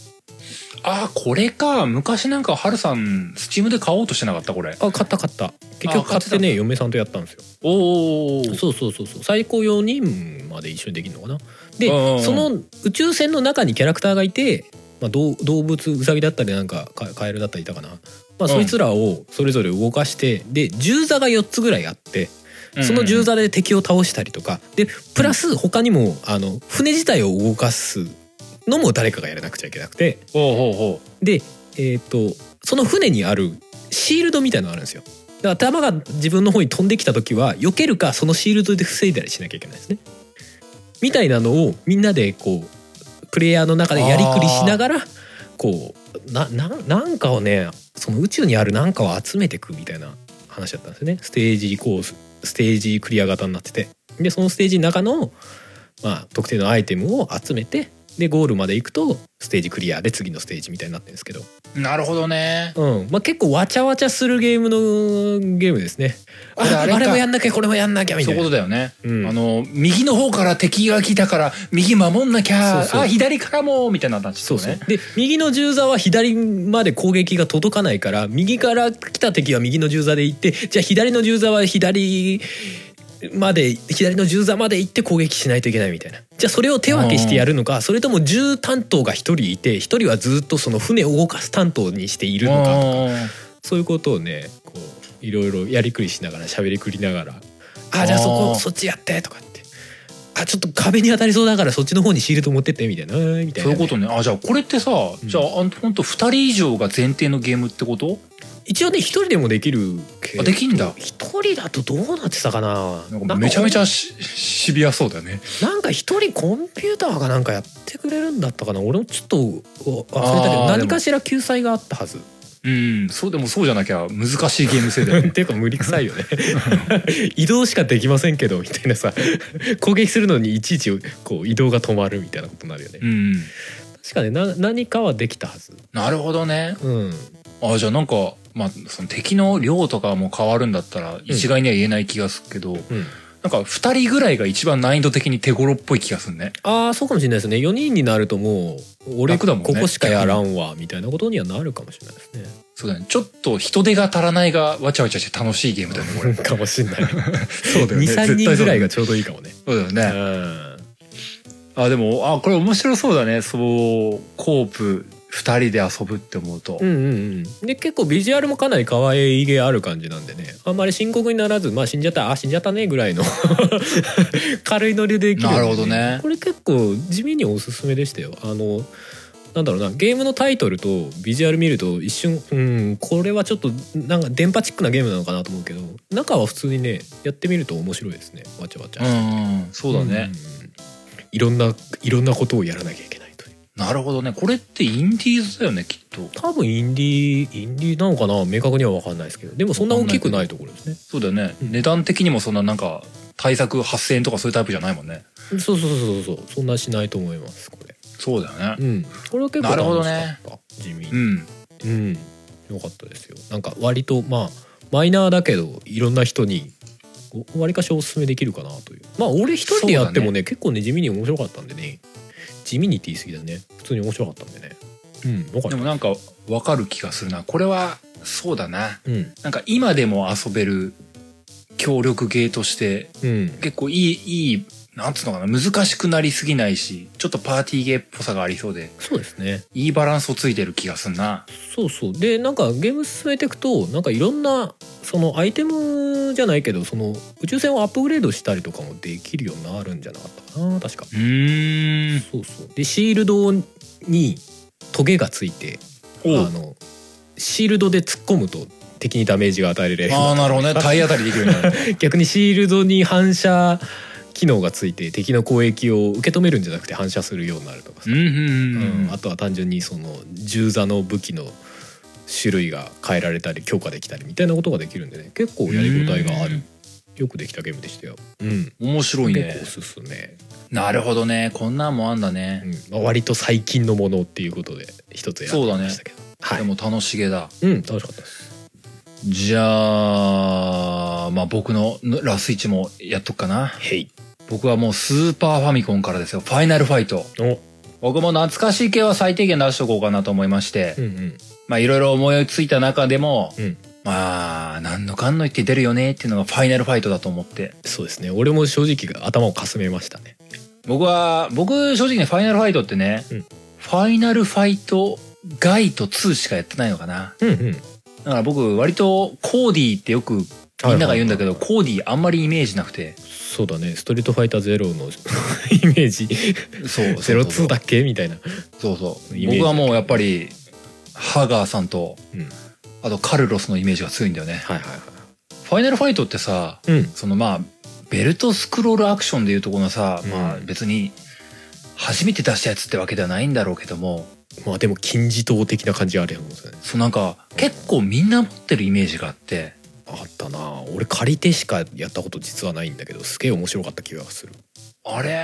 S1: ああ、これか。昔なんか、ハルさん、スチームで買おうとしてなかった、これ。
S2: あ買った買った結局買ってね嫁さんとやったんですよ
S1: おお。
S2: そうそうそうそう最高4人まで一緒にできるのかな
S1: うんうんう
S2: で
S1: ん
S2: その宇宙船の中にキャラクターがいて、まあ、動動物ウサギだったりなんかカカエルだったりいたかな、まあ、
S1: ん
S2: そいつらをそれぞれ動かしてで銃座が4つぐらいあってその銃
S1: 座。
S2: 座で敵を倒したりとかでプラス他にもあの船自体を動かすのも誰かがやらなくちゃいけなくて
S1: おおほうほ
S2: でえっ、とその船にあるシールドみたいなのがあるんですよ。
S1: う。
S2: だから弾が自分の方に飛んできた時は避けるかそのシールドで防いだりしなきゃいけないですねみたいなのをみんなでこうプレイヤーの中でやりくりしながらこうなななんかをねその宇宙にあるなんかを集めていくみたいな話だったんですよねステージコースステージクリア型になっててでそのステージの中の、まあ、特定のアイテムを集めてでゴールまで行くとステージクリアで次のステージみたいになってるんですけど
S1: なるほどね
S2: うんまあ、結構わちゃわちゃするゲームのゲームですね。あ
S1: これあ
S2: あ
S1: れ
S2: れ
S1: か
S2: もやんなきゃこれもやんなきゃみ
S1: そ
S2: た
S1: う
S2: い
S1: いうこ
S2: な。
S1: とだよね、
S2: うん
S1: あの右の方から敵が来たから右守んなきゃ
S2: そうそう
S1: あ左からもみたいな話
S2: そう
S1: だ
S2: そ
S1: よ
S2: う
S1: ね
S2: で右の銃座は左まで攻撃が届かないから右から来た敵は右の銃座で行ってじゃあ左の銃座は左まで左の銃座まで行って攻撃しないといけないみたいなじゃあそれを手分けしてやるのかそれとも銃担当が1人いて1人はずっとその船を動かす担当にしているのかとか
S1: うん
S2: そういうことをねこういろいろやりくりしながら喋りくりながら「あじゃあそ
S1: あー
S2: こそっちやって」とかって「あちょっと壁に当たりそうだからそっちの方にシールド持ってって」みたいなみたい
S1: そ
S2: な
S1: うい
S2: ね、
S1: うことねあじゃあこれってさ、
S2: うん
S1: じゃああのほんと2人以上が前提のゲームってこと
S2: 一応ね一人でもできるけど
S1: あできんだ
S2: 一人だとどうなってたかな
S1: なんかめちゃめち
S2: ゃ
S1: ゃしシビアそうだよね
S2: なんか一人コンピューターがなんかやってくれるんだったかな俺もちょっと忘れたけ
S1: あー
S2: ど
S1: で
S2: 何
S1: も
S2: かしら救済があったはず
S1: うんそうでもそうじゃなきゃ難しいゲーム性 (laughs) だよね
S2: っていうか無理くさいよ (laughs) ね移動しかできませんけどみたいなさ攻撃するのにいちいちこう移動が止まるみたいなことになるよね、
S1: うん
S2: 確かねな何かはできたはず
S1: なるほどね
S2: うん
S1: あじゃあなんか、まあ、その敵の量とかも変わるんだったら一概には言えない気がするけど、
S2: うん
S1: なんか2人ぐらいが一番難易度的に手頃っぽい気がするね
S2: ああそうかもしれないですね4人になるともう俺
S1: 楽だもんね
S2: ここしかやらんわみたいなことにはなるかもしれないですね
S1: そうだねちょっと人手が足らないがわちゃわちゃして楽しいゲームだよね (laughs) これ
S2: かもしれない
S1: そう
S2: 23人ぐらいがちょうどいいかもね
S1: そうだよね、
S2: うん
S1: あでもあこれ面白そうだねそうコープ二人で遊ぶって思うと、
S2: うんうんうんで結構ビジュアルもかなり可愛いげある感じなんでねあんまり深刻にならずまあ死んじゃったあ死んじゃったねぐらいの (laughs) 軽いノリでできるんで
S1: なるほどね
S2: これ結構地味におすすめでしたよあのなんだろうなゲームのタイトルとビジュアル見ると一瞬うんこれはちょっとなんか電波チックなゲームなのかなと思うけど中は普通にねやってみると面白いですねわちゃわちゃ、
S1: うんうんうんそうだね、
S2: うんいろんないろんなことをやらなきゃいけないという
S1: なるほどねこれってインディーズだよねきっと
S2: 多分インディーインディーなのかな明確には分かんないですけどでもそんな大きくないところですね
S1: そうだよね、
S2: うん
S1: 値段的にもそんななんか対策8,000円とかそういうタイプじゃないもんね
S2: そうそうそうそうそうそんなしないと思いますこれ
S1: そうだよね
S2: うんこれは結構
S1: なるほど
S2: 楽し
S1: ね
S2: かった地味
S1: う
S2: に
S1: ん
S2: うんよかったですよなんか割とまあマイナーだけどいろんな人にお割かしおすすめできるかなというまあ俺一人でやってもね結構ね地味に面白かったんでね地味にって言い過ぎだね普通に面白かったんでねうんよかっ
S1: で
S2: た
S1: もなんかわかる気がするなこれはそうだな
S2: うん
S1: なんか今でも遊べる協力ゲーとして
S2: うん
S1: 結構いいいいなんつうのかな難しくなりすぎないしちょっとパーティーゲーっぽさがありそうで
S2: そうですね
S1: いいバランスをついてる気がすんな。
S2: そうそうでなんかゲーム進めていくとなんかいろんなそのアイテムじゃないけどその宇宙船をアップグレードしたりとかもできるようになるんじゃなかったかな確か、
S1: うーん。
S2: そうそうでシールドにトゲがついてあ
S1: おう
S2: のシールドで突っ込むと敵にダメージが与えられる
S1: ああ、なるほどね。体当たりできるようになる。
S2: 逆にシールドに反射機能がついて敵の攻撃を受け止めるんじゃなくて反射するようになるとかさ
S1: うんうんうん。
S2: あとは単純にその銃座の武器の種類が変えられたり強化できたりみたいなことができるんでね結構やりごたえがある。よくできたゲームでしたよ。うん、
S1: 面白い
S2: 結構
S1: ね
S2: お。すすめ、
S1: なるほどね。こんなんもあんだ
S2: う
S1: ね。
S2: んまあ、割と最近のものっていうことで一つ選びましたけど、は
S1: で
S2: い、
S1: も楽しげだ。
S2: うん、楽しかったです。
S1: じゃあ、まあ僕のラスイチもやっとくかな。
S2: へい
S1: 僕はもうスーパーファミコンからですよ。ファイナルファイト。
S2: お、
S1: 僕も懐かしい系は最低限出しとこうかなと思いまして
S2: う、んうん
S1: まあいろいろ思いついた中でも、
S2: うん、
S1: まあ、何のかんの言って出るよねっていうのがファイナルファイトだと思って。
S2: そうですね。俺も正直頭をかすめましたね。
S1: 僕は僕正直ねファイナルファイトってね、
S2: うん
S1: ファイナルファイトガイと2しかやってないのかな
S2: うんうん。
S1: だから僕割とコーディってよくみんなが言うんだけど、コーディあんまりイメージなくて
S2: そうだね。ストリートファイターゼロの (laughs) イメージ、
S1: (laughs) そう
S2: ゼロツーだ
S1: っ
S2: っけみたいな。
S1: そうそう
S2: イメージだけ
S1: 僕はもうやっぱりハガーさんと
S2: うん、はい
S1: あとカルロスのイメージが強いんだよね
S2: はいはい。
S1: ファイナルファイトってさ
S2: うん
S1: そのまあベルトスクロールアクションでいうとこのさ、
S2: うん
S1: まあ別に初めて出したやつってわけではないんだろうけども
S2: まあでも金字塔的な感じあるやんですね
S1: そうなんか結構みんな持ってるイメージがあって
S2: あったな俺借りてしかやったこと実はないんだけどすげえ面白かった気がする
S1: あれ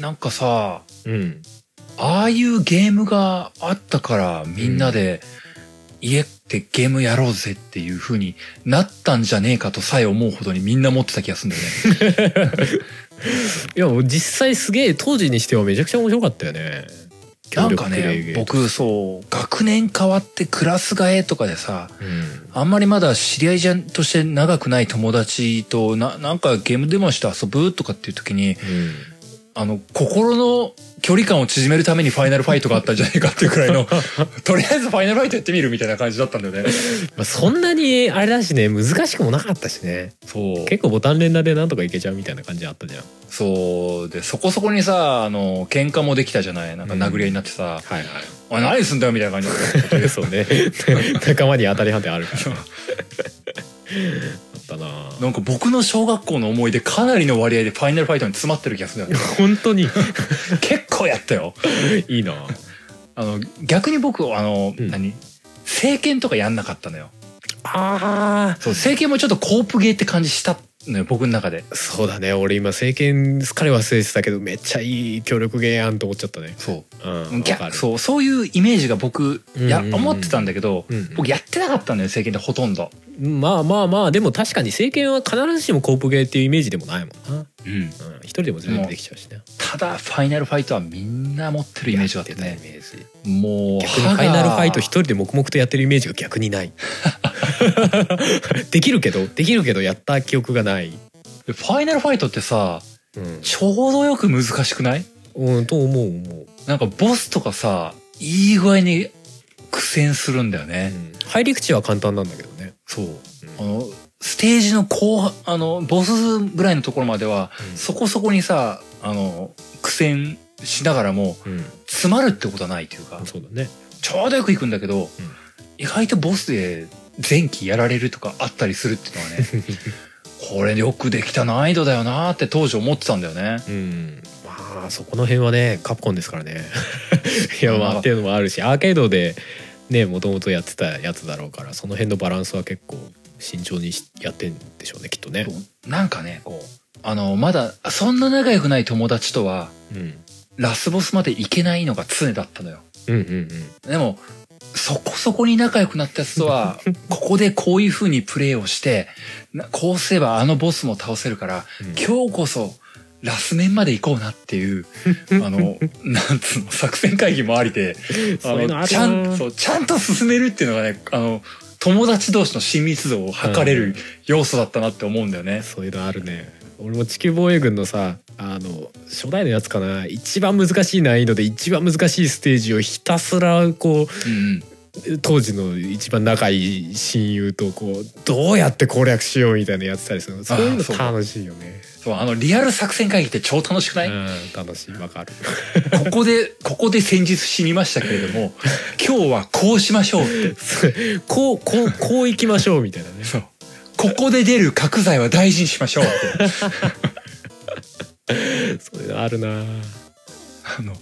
S1: なんかさ
S2: うん
S1: ああいうゲームがあったからみんなで家ってゲームやろうぜっていう風になったんじゃねえかとさえ思うほどにみんな持ってた気がするんだよね。
S2: いやもう実際すげえ当時にしてはめちゃくちゃ面白かったよね
S1: なんか
S2: (laughs) 協力プレイ
S1: ね
S2: ゲー
S1: 僕そう学年変わってクラス替えとかでさ
S2: うん
S1: あんまりまだ知り合いじゃんとして長くない友達とななんかゲームでもして遊ぶとかっていう時に
S2: うん
S1: あの心の距離感を縮めるためにファイナルファイトがあったんじゃないかっていうくらいの
S2: (laughs)
S1: とりあえずファイナルファイトやってみるみたいな感じだったんだよね。
S2: まあ、そんなにあれだしね難しくもなかったしね
S1: そう
S2: 結構ボタン連打でなんとかいけちゃうみたいな感じあったじゃん
S1: そうでそこそこにさあの喧嘩もできたじゃないなんか殴り合いになってさ
S2: はい
S1: 「おい何すんだよ」みたいな感じで
S2: はい (laughs) そうね (laughs) 仲間に当たり判定ある
S1: (laughs)
S2: から、ね、あったな
S1: なんか僕の小学校の思い出かなりの割合でファイナルファイトに詰まってる気がするんだよね
S2: 本当に (laughs)
S1: 結構やったよ
S2: いい
S1: (laughs)
S2: な
S1: あの逆に僕あの、
S2: うん
S1: 何聖剣とかやんなかったのよ
S2: あ
S1: そう聖剣もちょっとコープゲーって感じしたのよ僕の中で
S2: そうだね俺今聖剣すっかり忘れてたけどめっちゃいい協力ゲーやんと思っちゃったね
S1: そう
S2: うんわか
S1: 逆
S2: る
S1: そうそういうイメージが僕や、
S2: うんうんうん
S1: 思ってたんだけど、
S2: うん
S1: 僕やってなかったのよ聖剣ってほとんど、
S2: まあまあまあでも確かに聖剣は必ずしもコープゲーっていうイメージでもないもんな、
S1: うん、
S2: うん、一人でも全然できちゃうしね
S1: ただファイナルファイトはみんな持ってるイメージがあって
S2: や
S1: ね
S2: ってたイメージ
S1: もう
S2: 逆にファイナルファイト一
S1: 人
S2: 人で黙々とやってるイメージが逆にない
S1: (laughs)
S2: できるけどできるけどやった記憶がない、
S1: ファイナルファイトってさ
S2: うん、
S1: ちょうどよく難しくない
S2: うんと思う思う、
S1: なんかボスとかさいい具合に苦戦するんだよ
S2: う
S1: ね、
S2: ん、入り口は簡単なんだけどね、
S1: そう
S2: うん
S1: あのステージの後半あのボスぐらいのところまではそこそこにさあの苦戦しながらも
S2: うん
S1: 詰まるってことはないというか
S2: うん、そうだね
S1: ちょうどよくいくんだけど、意外とボスで前期やられるとかあったりするっていうのは (laughs) ねこれよくできた難易度だよなって当時思ってたんだよね。
S2: うんまあそこの辺はねカプコンですか
S1: (laughs)
S2: らねいや
S1: ま
S2: ま
S1: あ
S2: あっていうのもあるしアーケードでねもともとやってたやつだろうからその辺のバランスは結構慎重にしやってんでしょうねきっとね、
S1: なんかねこうあのまだそんな仲良くない友達とは
S2: うん、
S1: ラスボスまで行けないのが常だったのよ。
S2: うんうんうん
S1: でもそこそこに仲良くなったやつと (laughs) はここでこういう風にプレイをしてなこうすればあのボスも倒せるから
S2: うん
S1: 今日こそラス面まで行こうなって
S2: (laughs)
S1: いうあのなんつうの作戦会議もありであ
S2: そういうのあ
S1: の
S2: る
S1: ち
S2: な
S1: ゃんそうちゃんと進めるっていうのがねあの友達同士の親密度を測れ
S2: う
S1: る
S2: ん
S1: 要素だったなって思うんだよね。
S2: そういうのあるね俺も地球防衛軍のさあの初代のやつかな一番難しい難易度で一番難しいステージをひたすらこ
S1: うん
S2: う当時の一番仲いい親友とこうどうやって攻略しようみたいなのやってたりするのそういう
S1: あーそう
S2: の楽しいよね
S1: そうあのリアル作戦会議って超楽しくない、
S2: うん楽しいわかる
S1: ここでここで先日死にましたけれど
S2: (laughs)
S1: も今日はこうしましょうって
S2: そうこうこうこう行きましょうみたいなね
S1: そうここで出る角材は大事にしましょうって
S2: (laughs) そういうのあるな
S1: あ
S2: うん
S1: の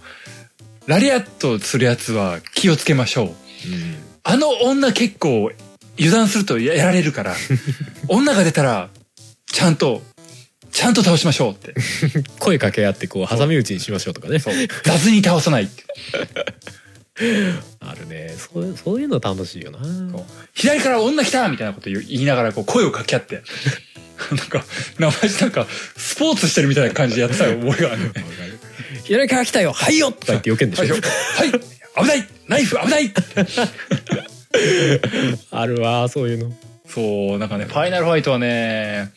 S1: ラリアットするやつは気をつけましょうあの女結構油断するとややられるから
S2: (laughs)
S1: 女が出たらちゃんとちゃんと倒しましょうって
S2: 声かけ合ってこう挟み撃ちにしましょうとかね
S1: そう雑に倒さないって
S2: あるねそうそういうの楽しいよな
S1: こう左から女来たみたいなこと言う言いながらこう声を掛け合って (laughs) なんか名前なんかスポーツしてるみたいな感じでやってた覚えがあるね
S2: 左から来たよはいよとか言って避けんでし
S1: はい
S2: ょ
S1: 危ないナイフ危ない
S2: (laughs) あるわそういうの
S1: そうなんかねファイナルファイトはね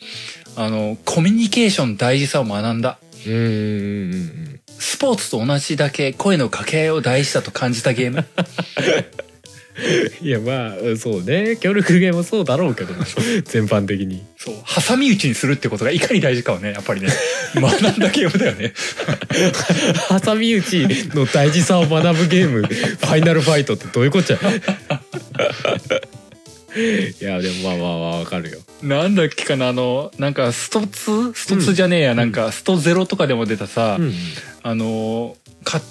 S1: あのコミュニケーション大事さを学んだ
S2: うんうんうん
S1: スポーツと同じだけ声の掛け合いを大事だと感じたゲー (laughs) ム
S2: うんいやまあそうね協力ゲームもそうだろうけど全般的に
S1: そう挟み撃ちにするってことがいかに大事かはねやっぱ (laughs) りね学んだゲームだよね
S2: 挟み撃ちの大 (laughs) 事さを学ぶゲームファイナルファイトってどういうこっちゃいやでもまあまあまあわかるよ
S1: なんだっけかなあのなんかストツストツじゃねえや、なんかストゼロとかでも出たさ、
S2: うん
S1: あのか甲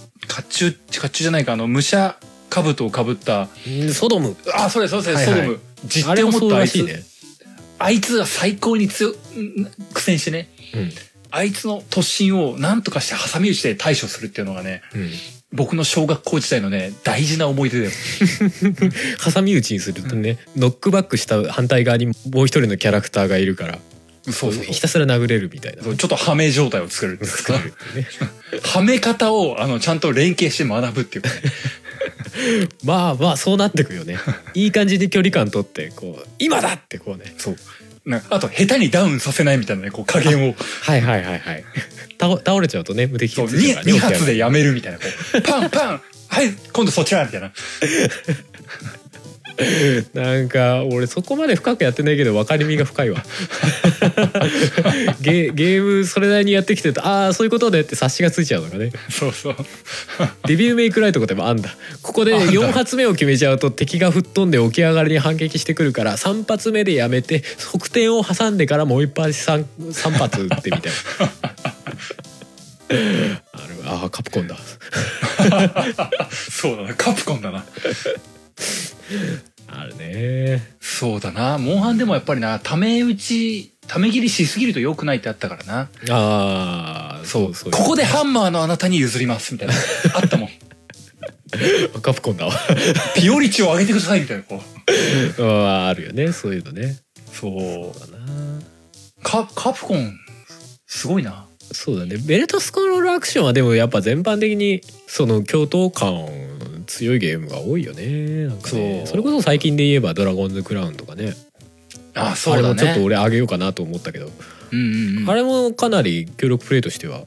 S1: 冑甲冑じゃないかあの武者兜をかぶった
S2: うんソドム
S1: あそれそうそれ、
S2: はいはい
S1: ソドム実
S2: あれ
S1: 点を持
S2: もそ
S1: っ
S2: う
S1: たあ
S2: ら
S1: い
S2: し
S1: つ
S2: いね
S1: あいつが最高に強ん苦戦してね
S2: うん
S1: あいつの突進をなんとかして挟み撃ちで対処するっていうのがね
S2: うん
S1: 僕の小学校時代のね大事な思い出だよ
S2: 挟み撃ちにするとね、ノックバックした反対側にもう一人のキャラクターがいるから
S1: そうそう
S2: ひたすら殴れるみたいな
S1: そうちょっとはめ状態を作るんですか
S2: 作るっていうね
S1: (laughs) はめ方をあのちゃんと連携して学ぶっていうかね
S2: まあまあそうなってくよ (laughs) ねいい感じで距離感取ってこう今だってこうね
S1: そうなんかあと下手にダウンさせないみたいなねこう加減を
S2: はいはいはいはい (laughs) 倒倒れちゃうとね無敵
S1: そう
S2: 欠と
S1: 2,
S2: かね
S1: 発でやめるみたいなこうパンパンはい今度そちらみたいな
S2: (laughs) なんか俺そこまで深くやってないけど分かりみが
S1: (laughs)
S2: 深いわゲゲームそれなりにやってきてるとああそういうことねって察しがついちゃうのがね
S1: そうそう
S2: デビルメイクライトとかでもあんだここで
S1: あんだ
S2: 4発目を決めちゃうと敵が吹っ飛んで起き上がりに反撃してくるから3発目でやめて側転を挟んでからもう一発 3, 3発撃っ
S1: (laughs)
S2: てみたいなあのあーカプコンだ
S1: そうだなカプコンだな
S2: あるね
S1: そうだなモンハンでもやっぱりなため打ちため切りしすぎると良くないってあったからな
S2: ああそうそう
S1: ここでハンマーのあなたに譲りますみたいなあったも (laughs) ん
S2: カプコンだわ
S1: ピオリチを上げてくださいみたいなこう
S2: あーあるよねそういうのね
S1: そう
S2: そうだな
S1: カカプコンすごいな
S2: そうだねベルトスコロールアクションはでもやっぱ全般的にその共闘感強いゲームが多いよねなんかね
S1: そう
S2: それこそ最近で言えば「ドラゴンズ・クラウン」とかね
S1: あそう
S2: あ
S1: だ
S2: れもちょっと
S1: ね
S2: 俺あげようかなと思ったけど、
S1: うんうんうん
S2: あれもかなり協力プレイとしては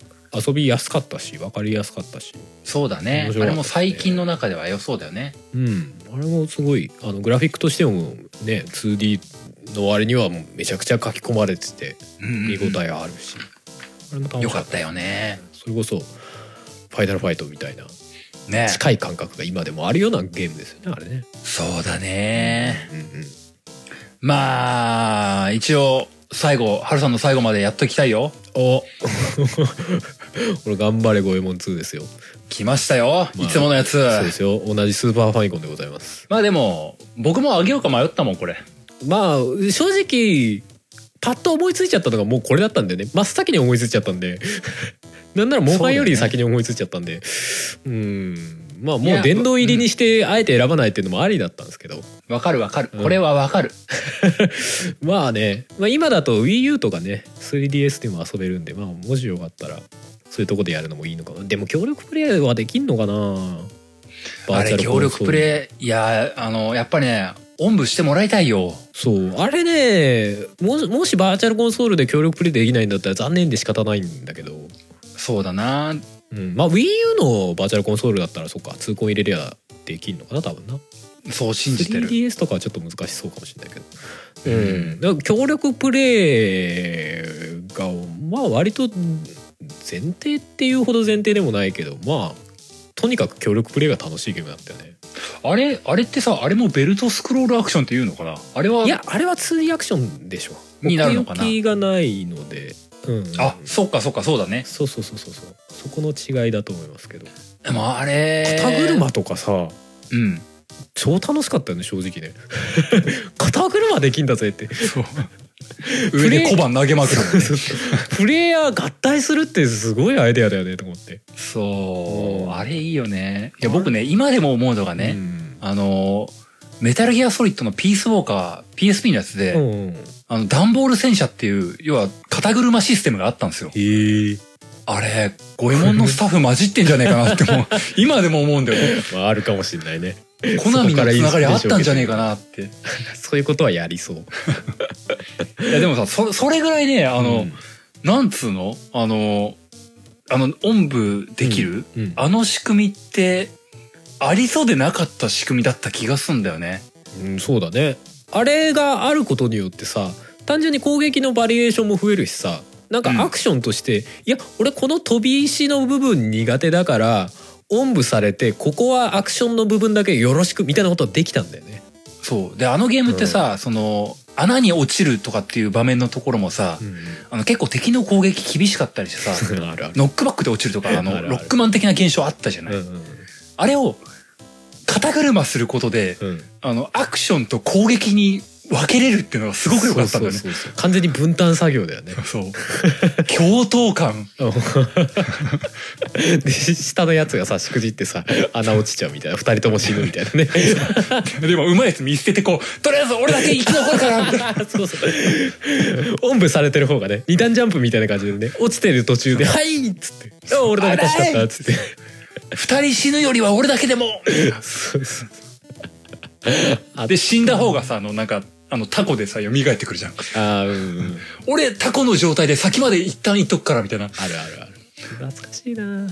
S2: 遊びやすかったし分かりやすかったし
S1: そうだねあ
S2: 面白かったね
S1: れも最近の中では良そうだよね
S2: うんあれもすごいあのグラフィックとしてもね 2D の割にはもうめちゃくちゃ書き込まれてて見応えあるし、あれも楽し
S1: よかったよね
S2: それこそ「ファイナルファイト」みたいな
S1: ね
S2: 近い感覚が今でもあるようなゲームですよねあれね。
S1: そうだね
S2: うんうん、
S1: まあ一応最後ハルさんの最後までやっときたいよ
S2: お (laughs) 俺頑張れ五右衛門2ですよ。
S1: 来ましたよ、
S2: まあ
S1: いつものやつ
S2: そうですよ同じスーパーファミコンでございます。
S1: まあでも僕もあげようか迷ったもんこれ
S2: まあ正直パッと思いついちゃったのがもうこれだったんでね真っ先に思いついちゃったんで (laughs) なんならモンハンより先に思いついちゃったんでう,、んまあ
S1: い
S2: も
S1: や
S2: う殿堂入りにしてあえて選ばないっていうのもありだったんですけど、
S1: わかるわかる
S2: うん
S1: これはわかる、
S2: まあね、まあ、今だと WiiU とかね 3DS でも遊べるんでまあもしよかったらそういうとこでやるのもいいのかなでも協力プレイはできんのかな
S1: あれ協力プ
S2: イ
S1: レイいやあのやっぱねおんぶしてもらいたいよ
S2: そうあれねもしもしバーチャルコンソールで協力プレイできないんだったら残念で仕方ないんだけど、
S1: そうだな
S2: うん、まあ WiiU のバーチャルコンソールだったらそっか痛恨入れりゃできんのかな多分な
S1: そう信じてる
S2: 3DS とかはちょっと難しそうかもしれないけど、
S1: う
S2: うんん、だから協力プレイがまあ割と前提っていうほど前提でもないけどまあとにかく協力プレイが楽しいゲームだったよね
S1: あれあれってさあれもベルトスクロールアクションっていうのかなあれはい
S2: やあれは 2D アクションでしょ
S1: になるのかな
S2: 奥行きがないので、うん、
S1: あそっかそっかそうだね
S2: そうそうそうそうそうそこの違いだと思いますけど
S1: でもあれ
S2: 肩車とかさ (laughs)
S1: うん
S2: 超楽しかったよね正
S1: (laughs)
S2: 直ね肩車できんだぜって
S1: そう上で小判投げまくるもんね
S2: (laughs) そうそうプレイヤー合体するってすごいアイデアだよねと思って。
S1: そううんあれいいよねいや僕ね今でも思うのがね、
S2: うん
S1: あのメタルギアソリッドのピースウォーカー PSP のやつで、
S2: うんうん、
S1: あの段ボール戦車っていう要は肩車システムがあったんですよ
S2: へえ、
S1: あれ五右衛門のスタッフ混じってんじゃねえかなって
S2: (laughs)
S1: もう今でも思うんだよね
S2: まあ、あるかもしれないね
S1: コナミのつながりあったんじゃねえかなってい
S2: そういうことはやりそう
S1: やでもさそそれぐらいねあ
S2: あ
S1: の、なんつうのあのあのおんぶできる、あの仕組みってありそうでなかった仕組みだった気がすんだよね。
S2: うん、そうだねあれがあることによってさ単純に攻撃のバリエーションも増えるしさなん
S1: うん
S2: かアクションとして、いや俺この飛び石の部分苦手だからおんぶされてここはアクションの部分だけよろしくみたいなことはできたんだよね
S1: そうであのゲームってさ、その穴に落ちるとかっていう場面のところもさ、あの結構敵の攻撃厳しかったりしてさ
S2: あるある。
S1: (laughs) ノックバックで落ちるとかあの
S2: あるある
S1: ロックマン的な現象あったじゃない、
S2: うんうん
S1: あれを肩車することで
S2: うん、
S1: あのアクションと攻撃に分けれるっていうのがすごく良かったんだよね
S2: そうそうそう完全に分担作業
S1: (laughs)
S2: だよね。
S1: そう共闘感
S2: で下のやつがさしくじってさ穴落ちちゃうみたいな2人とも死ぬみたいな
S1: (laughs)
S2: ね
S1: (laughs) でもうまいやつ見捨ててこうとりあえず俺だけ生き残るから (laughs) みたいな
S2: そうそうおんぶされてる方がね二段ジャンプみたいな感じでね落ちてる途
S1: (laughs)
S2: 中で「はい!」っつって「あ俺だけ助かった」っつって
S1: 二人死ぬよりは俺だけでも
S2: そうそうあ
S1: で死んだ方がさあのなんかあのタコでさ蘇ってくるじゃん
S2: あーうんうん
S1: 俺タコの状態で先まで一旦行っとくからみたいな
S2: あるあるある懐かしいなうん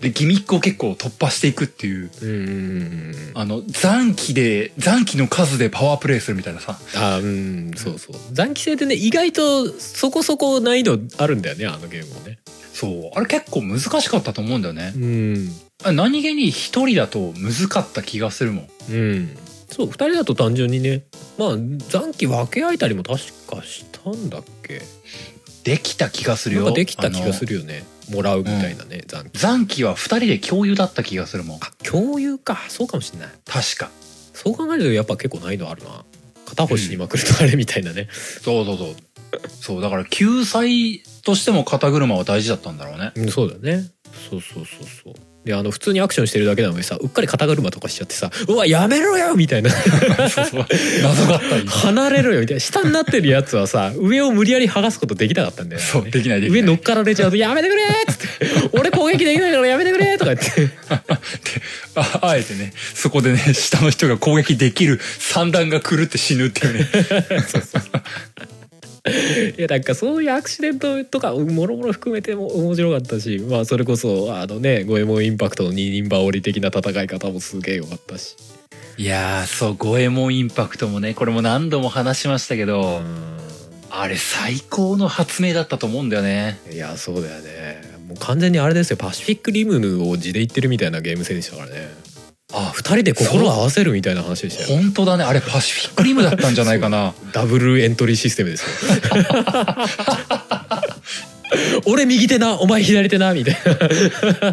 S1: でギミックを結構突破していくっていう
S2: うんうんうん
S1: あの残機で残機の数でパワープレイするみたいなさ
S2: あーうんそうそう残機制でね意外とそこそこ難易度あるんだよねあのゲームもね
S1: そうあれ結構難しかったと思うんだよね
S2: うん
S1: あ何気に一人だと難かった気がするもん
S2: うん、そう2人だと単純にねまあ残機分け合えたりも確かしたんだっけ
S1: できた気がする
S2: な
S1: よ
S2: んかできた気が
S1: あ
S2: す
S1: の
S2: るよねもらうみたいなね、残機
S1: 残機は二人で共有だった気がするもん
S2: あ共有かそうかもしれない
S1: 確か
S2: そう考えるとやっぱ結構難易度あるな片方死にまくるとあれみたいなね、
S1: そうそうそうそうだから救済としても肩車は大事だったんだろうね
S2: うん、そうだねそうそうそうそうであの普通にアクションしてるだけなのにさうっかり肩車とかしちゃってさ「うわやめろよ!」みたいな
S1: (laughs)
S2: (laughs)
S1: 謎があったり
S2: 「離れろよ!」みたいな下になってるやつはさ上を無理やり剥がすことできなかったんだよ
S1: (laughs)
S2: ね
S1: そうできないできない
S2: 上乗っかられちゃうと「やめてくれ!」っつって「俺攻撃できないからやめてくれ!」とか言って
S1: ああえてねそこでね下の人が攻撃できる三段が狂って死ぬっていうね
S2: いやなんかそういうアクシデントとかもろもろ含めても面白かったし、まあ、それこそあのね「五右衛門インパクト」の二人羽織的な戦い方もすげえよかったし
S1: (laughs) いやーそう五右衛門インパクトもねこれも何度も話しましたけどあれ最高の発明だったと思うんだよね
S2: いやそうだよねもう完全にあれですよ「パシフィック・リムヌ」を地で言ってるみたいなゲーム性でしたからね
S1: あ
S2: 2人で心を合わせるみたいな話でしたよ
S1: 本当だねあれパシフィックリムだったんじゃないかな
S2: ダブルエントリーシステムですよ俺右手なお前左手なみたい な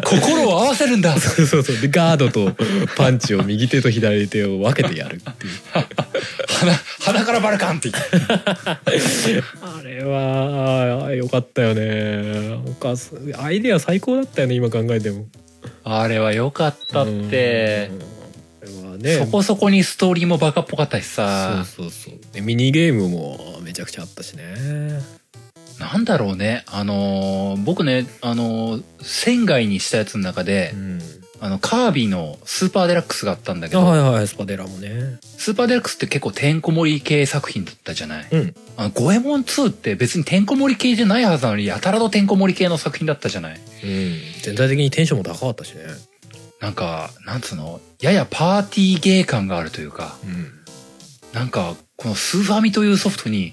S1: (laughs) 心を合わせるんだ
S2: そうそうでガードとパンチを右手と左手を分けてやるっていう
S1: 鼻鼻からバルカンって言って
S2: あれは良かったよねおかすアイデア最高だったよね今考えても
S1: あれは良かったって
S2: うんあれはね
S1: そこそこにストーリーもバカっぽかったしさ
S2: そうそうそうでミニゲームもめちゃくちゃあったしね
S1: なんだろうねあのー僕ねあのー仙外にしたやつの中で、
S2: うん
S1: あのカービィのスーパーデラックスがあったんだけ
S2: あ
S1: ど、
S2: はいはいスパデラもね
S1: スーパーデラックスって結構てんこ盛り系作品だったじゃない
S2: うん
S1: あの五右衛門2って別にてんこ盛り系じゃないはずなのにやたらとてんこ盛り系の作品だったじゃない
S2: うん全体的にテンションも高かったしね
S1: なんかなんつうのややパーティーゲー感があるというか
S2: うん
S1: なんかこのスーファミというソフトに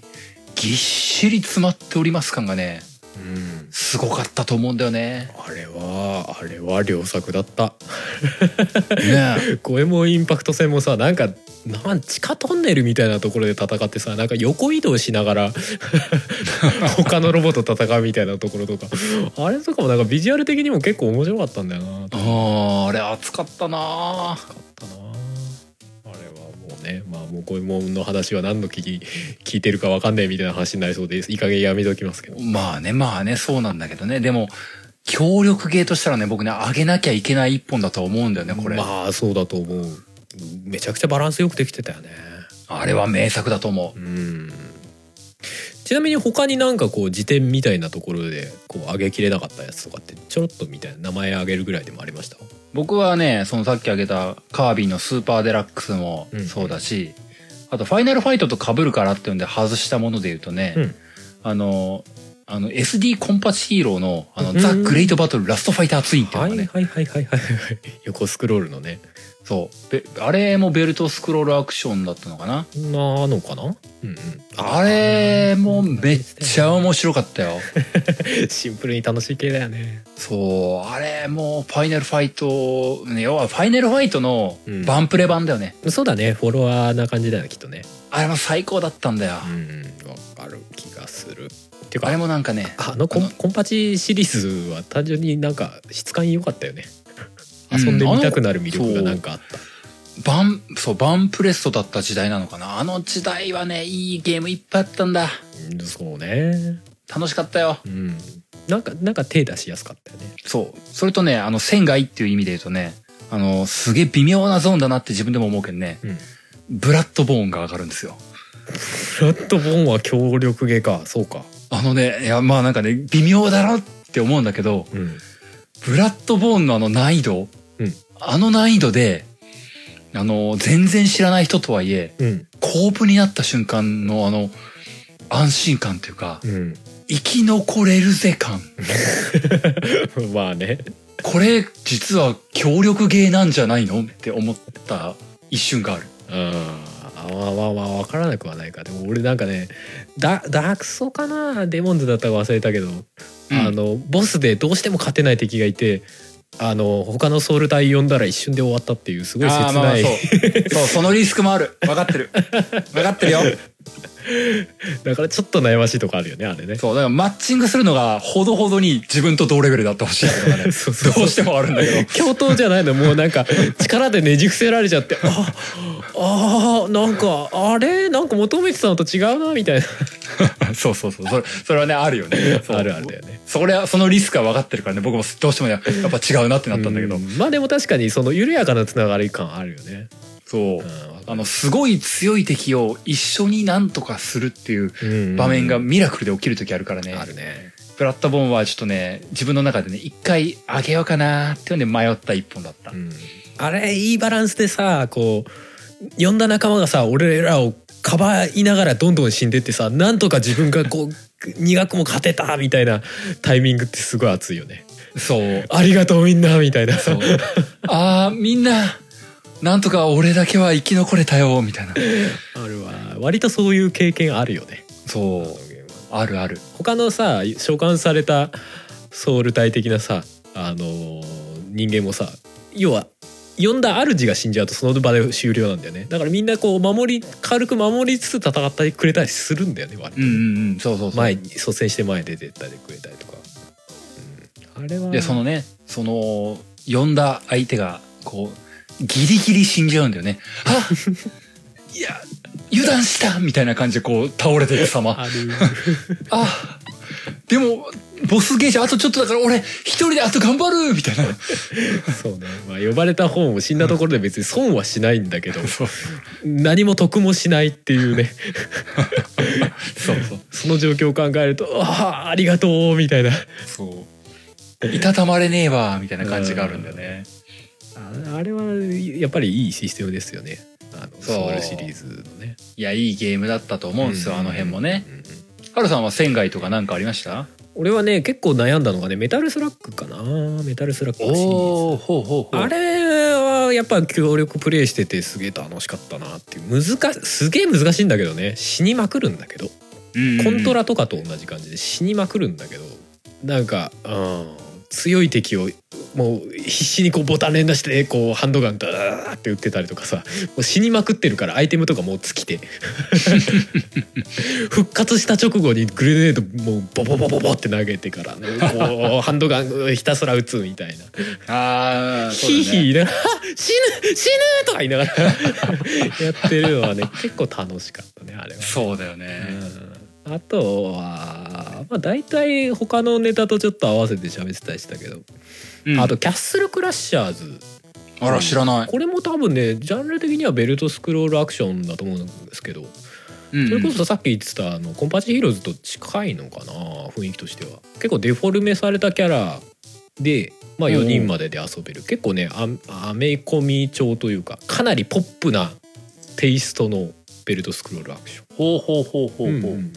S1: ぎっしり詰まっております感がね
S2: うん
S1: すごかったと思うんだよ
S2: (laughs)
S1: ね。
S2: あれはあれは良作だった
S1: ね
S2: 五右衛門インパクト戦もさなんかなん地下トンネルみたいなところで戦ってさなんか横移動しな
S1: (laughs)
S2: がら他のロボと戦うみたいなところとかあれとかもなんかビジュアル的にも結構面白かったんだよなと
S1: あ
S2: 思
S1: ーあれ熱かったな
S2: ったなあれはもうねまあもう五右衛門の話は何の聞き聞いてるかわかんないみたいな話になりそうですいい加減やめときますけど
S1: まあねまあねそうなんだけどねでも協力ゲーとしたらね僕ね上げなきゃいけない一本だとは思うんだよねこれ、
S2: まあそうだと思うめちゃくちゃバランスよくできてたよね
S1: あれは名作だと思う
S2: うんちなみに他になんかこう辞典みたいなところでこう上げきれなかったやつとかってちょろっとみたいな名前上げるぐらいでもありました
S1: 僕はねそのさっき挙げたカービィのスーパーデラックスも
S2: うん
S1: そうだし、あとファイナルファイトと被るからっていうんで外したもので言うとね、
S2: うん
S1: あのあの SD コンパチヒーローのあの、
S2: うん (laughs)
S1: ザ・グレイトバトルラストファイターツインっていうのがね、
S2: はいはいはいはいはい横スクロールのね
S1: そうべあれもベルトスクロールアクションだったのかな
S2: なのかなうんうん
S1: あれもめっちゃ面白かったよ
S2: シンプルに楽しい系だよね
S1: そうあれもファイナルファイトね要はファイナルファイトのバンプレ版だよね、
S2: そうだねフォロワーな感じだよねきっとね
S1: あれも最高だったんだよ、
S2: うんわかる気がするっていう
S1: あれ
S2: か
S1: もなんかね
S2: あのコ
S1: あ
S2: ン
S1: の
S2: コンパチシリーズは単純になんか質感良かったよね
S1: うん
S2: 遊んでみたくなる魅力がなんかあった
S1: バンそうバンプレストだった時代なのかなあの時代はねいいゲームいっぱいあったんだ
S2: うんそうね
S1: 楽しかったよ
S2: うんなんかなんか手出しやすかったよね
S1: そうそれとねあの線外っていう意味で言うとねあのすげえ微妙なゾーンだなって自分でも思うけどね
S2: うん
S1: ブラッドボーンが上がるんですよ
S2: フラットボーンは強力ゲーかそうか
S1: あのねいやまあなんかね微妙だろって思うんだけど
S2: うん
S1: ブラッドボーンのあの難易度、
S2: うん
S1: あの難易度であの全然知らない人とはいえ
S2: うん
S1: コープになった瞬間のあの安心感というか
S2: うん (laughs)
S1: 生き残れるぜ感
S2: まあね
S1: これ実は協力ゲーなんじゃないのって思った一瞬がある
S2: うんあまあまあまあ分からなくはないかでも俺なんかねダダークソかなデモンズだったか忘れたけど、あのボスでどうしても勝てない敵がいてあの他のソウル隊呼んだら一瞬で終わったっていうすごい切
S1: あー
S2: ない、
S1: まあまあそうそうそのリスクもある分かってる分かってるよ
S2: (laughs) だからちょっと悩ましいとこあるよねあれね。
S1: そうだからマッチングするのがほどほどに自分と同レベルだってほしいとかね
S2: (laughs) そうそうそう
S1: どうしてもあるんだけ
S2: (laughs)
S1: ど
S2: 共闘じゃないのもうなんか力でねじ伏せられちゃって (laughs) ああーなんかあれなんか求めてたのと違うなみたいな (laughs)
S1: そうそうそうそれそれはねあるよねそう
S2: あるあるだよね。
S1: それはそのリスクは分かってるからね僕もどうしてもねやっぱ違うなってなったんだけど
S2: うまあでも確かにその緩やかなつながり感あるよね。
S1: そう
S2: うんわか
S1: あのすごい強い敵を一緒になんとかするっていう
S2: る
S1: 場面がミラクルで起きる時あるからね、
S2: あるね。
S1: プラットボーンはちょっとね自分の中でね一回上げようかなーっていうので迷った一本だった、
S2: あれいいバランスでさこう呼んだ仲間がさ俺らをかばいながらどんどん死んでってさなんとか自分がこう苦くも勝てたみたいなタイミングってすごい熱いよね。 (laughs)
S1: そう
S2: ありがとうみんなみたいな。
S1: そうあーみんななんとか俺だけは生き残れたよみたいな
S2: あるわ割とそういう経験あるよね。
S1: そうあるある
S2: 他のさ召喚されたソウル体的なさあのー人間もさ要は呼んだ主が死んじゃうとその場で終了なんだよねだからみんなこう守り軽く守りつつ戦ってくれたりするんだよね割と、
S1: うんうんうんそうそうそう
S2: 前に率先して前に出てったりくれたりとか、うんあれは
S1: でそのねその呼んだ相手がこうギリギリ死んじゃうんだよねあいや油断したみたいな感じでこう倒れていく様 (laughs)
S2: ある
S1: あでもボスゲージあとちょっとだから俺一人であと頑張るみたいな
S2: そうね、まあ、呼ばれた方も死んだところで別に損はしないんだけど
S1: (laughs)
S2: 何も得もしないっていうね
S1: そうそう
S2: その状況を考えると「ああありがとう」みたいな
S1: そういたたまれねえわみたいな感じがあるんだよね
S2: ああれはやっぱりいいシステムですよねあの
S1: そう
S2: ソウルシリーズのね
S1: いやいいゲームだったと思うんですよ、
S2: うん
S1: あの辺もね
S2: うんうん
S1: ハルさんは仙外とかなんかありました
S2: 俺はね結構悩んだのがねメタルスラックかなメタルスラックシリーズ
S1: おーほうほうほう
S2: あれはやっぱ協力プレイしててすげえ楽しかったなっていう難しすげえ難しいんだけどね死にまくるんだけどコント
S1: ラ
S2: ラとかと同じ感じで死にまくるんだけどなんか、うん、強い敵をもう必死にこうボタン連打してこうハンドガンダーって撃ってたりとかさもう死にまくってるからアイテムとかもう尽きて復活した直後にグレネードもうボボボボボって投げてから、ね、こうハンドガンひたすら撃つみたいな
S1: ああ
S2: ヒーヒー言いながら「死ぬ死ぬ!」とか言いながらやってるのはね結構楽しかったねあれは。
S1: そうだよね。
S2: あとは、まあ、大体他のネタとちょっと合わせて喋ってたりしたけど、
S1: うん
S2: あと「キャッスルクラッシャーズ
S1: あら知らな」い。
S2: これも多分ねジャンル的にはベルトスクロールアクションだと思うんですけど
S1: うん
S2: それこそさっき言ってたあのコンパチヒーローズと近いのかな雰囲気としては結構デフォルメされたキャラで、まあ、4人までで遊べる結構ねあアメコミ調というかかなりポップなテイストのベルトスクロールアクション
S1: ほうほうほうほう
S2: うんうんうんうん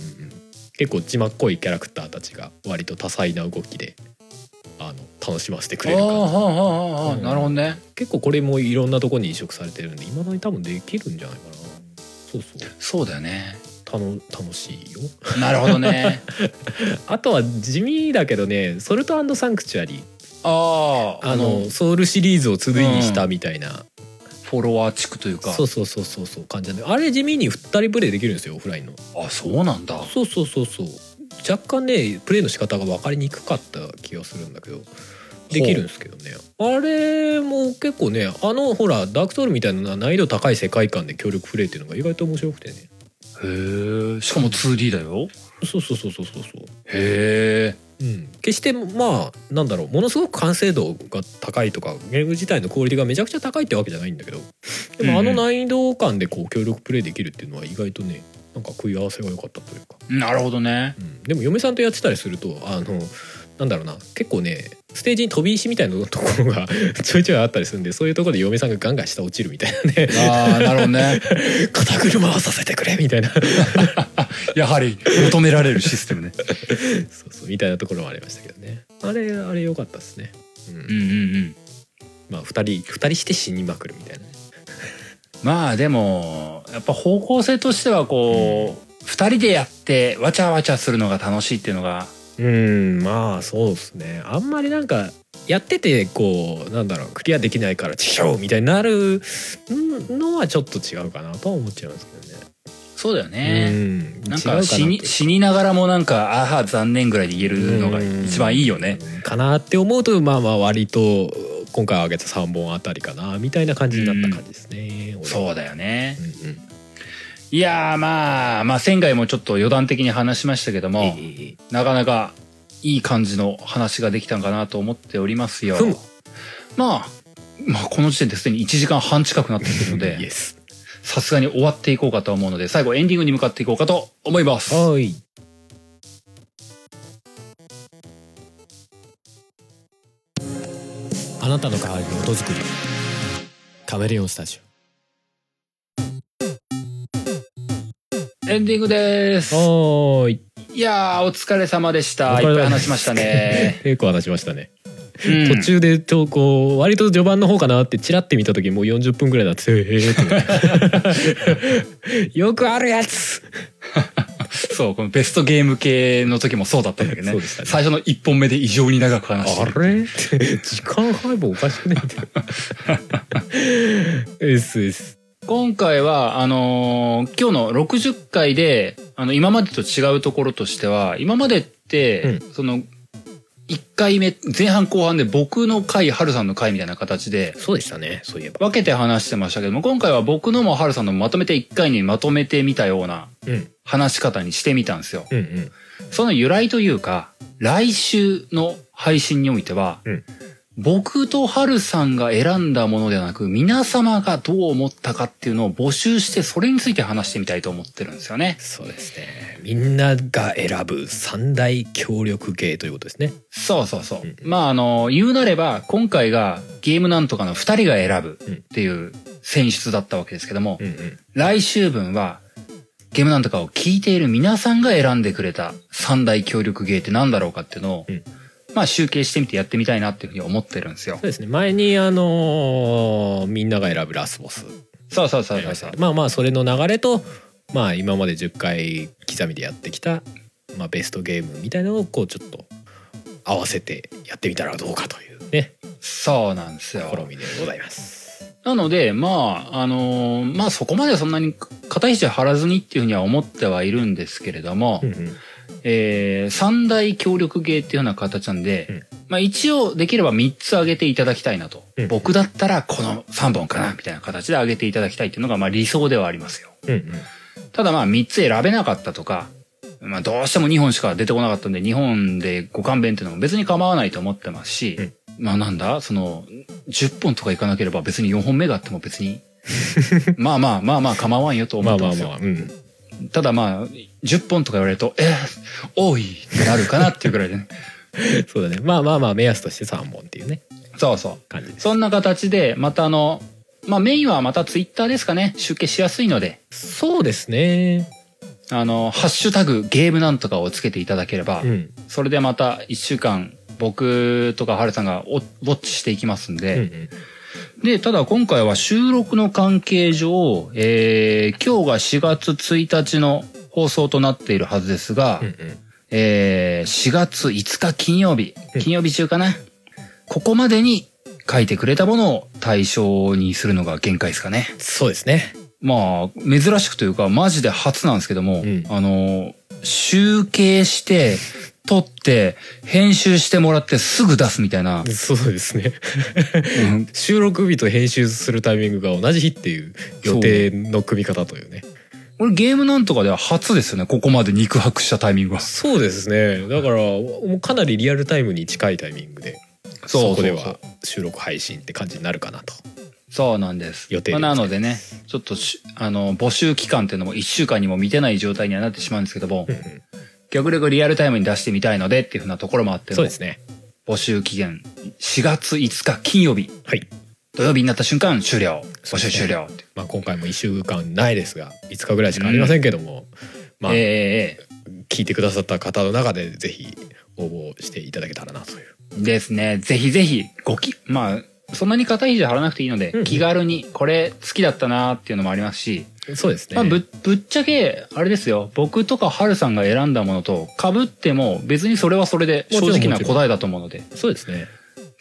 S2: 結構血まっこいキャラクターたちが割と多彩な動きであの楽しませてく
S1: あ
S2: れ
S1: あ
S2: る
S1: はあ
S2: か
S1: はあはあ
S2: うん
S1: なるほどね
S2: 結構これもいろんなとこに移植されてるんでいまだに多分できるんじゃないかなそうそう
S1: そうだよね
S2: たの楽しいよ
S1: なるほど (laughs) ね
S2: あとは地味だけどね「ソルトサンクチュアリー
S1: あ」あ
S2: あ
S1: あ
S2: の
S1: の
S2: ソウルシリーズを続いにしたみたいな、
S1: フォロワー地区というか
S2: そうそうそうそうそう感じなんであれ地味に2人プレイできるんですよオフラインの
S1: あそうなんだ
S2: そうそうそうそう若干ねプレイの仕方が分かりにくかった気がするんだけどできるんですけどねあれも結構ねあのほらダークソウルみたいな難易度高い世界観で協力プレイっていうのが意外と面白くてね
S1: へえしかも 2D だよ
S2: そうそうそうそうそうそう
S1: へえ
S2: うん、決してまあなんだろうものすごく完成度が高いとかゲーム自体のクオリティがめちゃくちゃ高いってわけじゃないんだけどでもあ
S1: うんう
S2: の
S1: ん
S2: 難易度感でこう協力プレイできるっていうのは意外とねなんか食い合わせが良かったというか、
S1: なるほどね
S2: うん、でも嫁さんとやってたりするとあのなんだろうな結構ねステージに飛び石みたいなところが (laughs) ちょいちょいあったりするんでそういうところで嫁さんがガンガン下落ちるみたいな (laughs) ね
S1: (laughs) ああなるほどね
S2: 肩車をさせてくれみたいな (laughs) そう
S1: やはり求められるシステムね
S2: そうみたいなところもありましたけどねあれあれ良かったですね。うん
S1: うんうんうん
S2: まあ、2人二人して死にまくるみたいなね
S1: まあでもやっぱ方向性としてはこう、二人でやってわちゃわちゃするのが楽しいっていうのが
S2: うんまあそうですねあんまりなんかやっててこうなんだろうクリアできないからちきょうみたいになるんのはちょっと違うかなとは思っちゃいますけどね。
S1: そうだよね、
S2: うん
S1: なん
S2: 違う
S1: か死に
S2: と
S1: 死にながらもなんかああ残念ぐらいで言えるのが一番いいよね
S2: うんかなって思うとまあまあ割と今回挙げた3本あたりかなみたいな感じになった感じですね。俺は
S1: そうだよね
S2: う、んうん
S1: いやーまあまあ仙外もちょっと余談的に話しましたけども、
S2: ええええ
S1: なかなかいい感じの話ができたんかなと思っておりますよ
S2: ふむ
S1: まあまあこの時点ですでに1時間半近くなってきてるの
S2: イエ
S1: で
S2: ス
S1: さすがに終わっていこうかと思うので最後エンディングに向かっていこうかと思います
S2: はいあなたの代わりに音作りカメレオンスタジ
S1: エンディングです
S2: オはーい
S1: いやーお疲れ様でした
S2: お
S1: いっ
S2: 疲れ様
S1: ぱい話しました
S2: (laughs)
S1: ね、
S2: 結構話しましたね、
S1: うん
S2: 途中でちょこう割と序盤の方かなってチラって見た時もう40分ぐらいだってえー (laughs) ってよくあるやつ
S1: そうこのベストゲーム系の時もそうだったんだけどね
S2: そうでしたね
S1: 最初の1本目で異常に長く話して
S2: あ
S1: る
S2: れ時間配分おかし (laughs) くねえですです
S1: 今回は、あのー今日の60回で、あの、今までと違うところとしては、今までって、その、1回目、前半後半で僕の回、春さんの回みたいな形で、
S2: そうでしたねそういえば
S1: 分けて話してましたけども、今回は僕のも春さんのもまとめて1回にまとめてみたような
S2: うん
S1: 話し方にしてみたんですよ。
S2: うんうん
S1: その由来というか、来週の配信においては、
S2: うん
S1: 僕と春さんが選んだものではなく、皆様がどう思ったかっていうのを募集して、それについて話してみたいと思ってるんですよね。
S2: そうですね。みんなが選ぶ三大協力系ということですね。
S1: そうそうそう。
S2: うん
S1: まあ、あの、言うなれば、今回がゲームなんとかの二人が選ぶっていう選出だったわけですけども、
S2: んうん。
S1: 来週分は、ゲームなんとかを聞いている皆さんが選んでくれた三大協力ゲーって何だろうかっていうのを、
S2: うん
S1: まあ集計してみてやってみたいなっていうふうに思ってるんですよ
S2: そう。ですね。前にあのーみんなが選ぶラスボス。
S1: そうそうそうそうそう。
S2: まあまあそれの流れと、まあ今まで10回刻みでやってきた、まあベストゲームみたいなのをこうちょっと合わせてやってみたらどうかというね、
S1: そうなんです
S2: 試
S1: よ。
S2: みでございます。
S1: なので、まあ、あのーまあそこまではそんなに肩肘張らずにっていうふうには思ってはいるんですけれども、
S2: うんうん。
S1: えー、三大協力芸っていうような形なんで、
S2: うん
S1: まあ一応できれば3つ上げていただきたいなと。
S2: うん
S1: 僕だったらこの3本かなみたいな形で上げていただきたいっていうのがまあ理想ではありますよ。
S2: うんうん。
S1: ただまあ3つ選べなかったとか、まあどうしても2本しか出てこなかったんで2本でご勘弁っていうのも別に構わないと思ってますし、
S2: うん
S1: まあなんだ、その10本とかいかなければ別に4本目があっても別
S2: (laughs)
S1: に、まあまあまあまあ構わんよと思
S2: ま
S1: っ
S2: あ
S1: て
S2: ま
S1: ま
S2: あ
S1: すよ。
S2: まあ、うん。
S1: ただまあ、10本とか言われると、えー多いってなるかなっていうぐらいでね。 (laughs)
S2: そうだね。まあまあまあ目安として三本っていうね、
S1: そうそう。
S2: 感じです。
S1: そんな形で、またあの、まあメインはまたツイッターですかね、集計しやすいので、
S2: そうですね。
S1: あの、ハッシュタグゲームなんとかをつけていただければ、
S2: うん。
S1: それでまた1週間僕とかハルさんがおウォッチしていきますん
S2: うんう
S1: で、
S2: ん
S1: で、ただ今回は収録の関係上、えー今日が4月1日の放送となっているはずですが、
S2: うんうん
S1: えー4月5日金曜日
S2: う、ん
S1: 金曜日中かな、ここまでに書いてくれたものを対象にするのが限界ですかね。
S2: そうですね
S1: まあ、珍しくというか、マジで初なんですけども、
S2: うん
S1: あの、集計して、撮って、編集してもらってすぐ出すみたいな、
S2: そうですね
S1: うん
S2: 収録日と編集するタイミングが同じ日っていう予定の組み方というね
S1: 俺ゲームなんとかでは初ですよね、ここまで肉薄したタイミングは。
S2: そうですねだからもうかなりリアルタイムに近いタイミングで
S1: そうそうそう
S2: こでは収録配信って感じになるかなと
S1: そうなんです。
S2: 予定
S1: ま
S2: で
S1: あ
S2: すね
S1: なのでね、ちょっとし、あの、募集期間っていうのも1週間にも満てない状態にはなってしまうんですけども、逆にこうリアルタイムに出してみたいのでっていうふうなところもあって、
S2: そうですね
S1: 募集期限4月5日金曜日、
S2: はい、
S1: 土曜日になった瞬間終了、
S2: そ
S1: 募
S2: うです
S1: 集終
S2: ね
S1: 了っていう。
S2: まあ、今回も1週間ないですが5日ぐらいしかありませんけども、まあ、
S1: えええええ
S2: 聞いてくださった方の中でぜひ応募していただけたらなという
S1: えですね。ぜひぜひ、ごき、まあ、そんなに硬い費じゃ貼らなくていいので、
S2: うん
S1: 気軽にこれ好きだったなーっていうのもありますし、
S2: そうですね、
S1: まあ、ぶぶっちゃけあれですよ僕とかハルさんが選んだものと被っても別にそれはそれで正直な答えだと思うので
S2: そうですね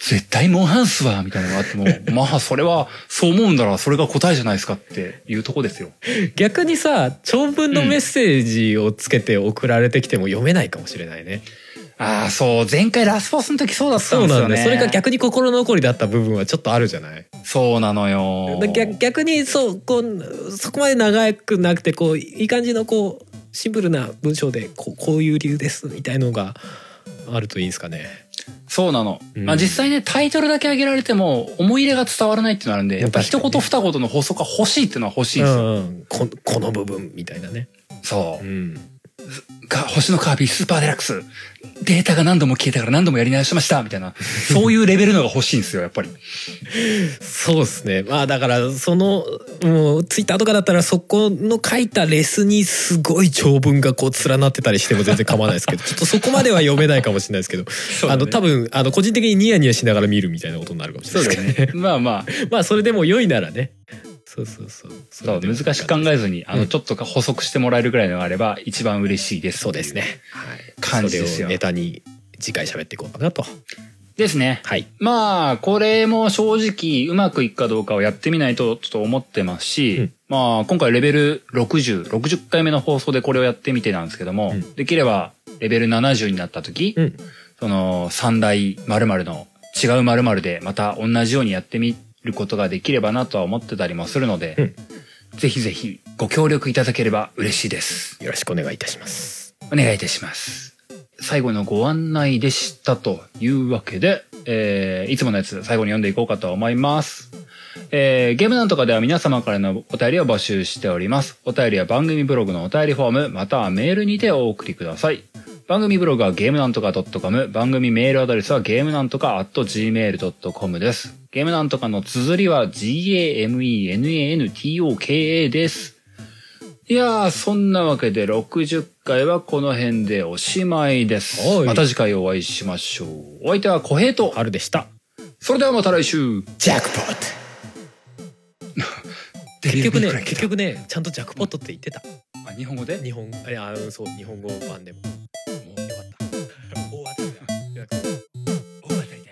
S1: 絶対モンハンスはみたいなのがあってもまあそれはそう思うんだらそれが答えじゃないですかっていうとこですよ
S2: 逆にさ長文のメッセージをつけて送られてきても読めないかもしれないね、
S1: ああそう前回ラスボスの時そうだったん
S2: そう
S1: です
S2: な
S1: よ
S2: ん
S1: ね
S2: でそれが逆に心残りだった部分はちょっとあるじゃない
S1: そうなのよ
S2: だ逆逆にそうこうそこまで長くなくてこういい感じのこうシンプルな文章でこうこういう理由ですみたいのがあるといいんですかね
S1: そうなの、
S2: うん
S1: まあ、実際ねタイトルだけ上げられても思い入れが伝わらないっていうのはあるんでやっぱ一言二言の補足が欲しいっていうのは欲しいんですよ、
S2: うんここの部分みたいなね、
S1: そう
S2: うん、
S1: か星のカービィスーパーデラックス。データが何度も消えたから何度もやり直しました、みたいな。そういうレベルのが欲しいんですよ、やっ (laughs) ぱり。
S2: そうですねまあだからそのもうツイッターとかだったらそこの書いたレスにすごい長文がこう連なってたりしても全然構わないですけ
S1: (laughs)
S2: どちょっとそこまでは読めないかもしれないですけど、
S1: うだ
S2: あ
S1: ね
S2: の多分あの個人的にニヤニヤしながら見るみたいなことになるかもしれないですけどね
S1: ね。 (laughs) まあまあ、
S2: (laughs) まあそれでも良いならねそうそうそうそ
S1: そう
S2: れでも
S1: 難しく考えずに、あの、
S2: うん
S1: ちょっとか補足してもらえるぐらいのがあれば、一番嬉しいです。
S2: そうですね。はい
S1: 感じです
S2: それ
S1: よ
S2: をネタに次回喋っていこうかなと
S1: ですね。
S2: はい
S1: まあ、これも正直、うまくいくかどうかをやってみないと、ちょっと思ってますし、
S2: うん
S1: まあ、今回レベル60、60回目の放送でこれをやってみてなんですけども、
S2: うん
S1: できれば、レベル70になった時、
S2: うん
S1: その三大〇〇の違う〇〇でまた同じようにやってみることができればなとは思ってたりもするので、ぜひぜひご協力いただければ嬉しいです。
S2: よろしくお願いいたします
S1: お願いいたします。最後のご案内でしたというわけで、えー、いつものやつ最後に読んでいこうかと思います。えーゲームなんとかでは皆様からのお便りを募集しております。お便りは番組ブログのお便りフォーム、またはメールにてお送りください。番組ブログはゲームなんとか .com、番組メールアドレスはゲームなんとか .gmail.com です。ゲームなんとかの綴りは g-a-m-e-n-a-n-t-o-k-a です。いやー、そんなわけで60回はこの辺でおしまいです
S2: は。い
S1: また次回お会いしましょう。お相手は小平と、
S2: 春でした
S1: それではまた来週
S2: ジャックポット結局ね結局ねちゃんとジャックポットって言ってた
S1: あ日本語で
S2: 日本いやうんそう日本語版でもよかった大当たりだ大当たりだ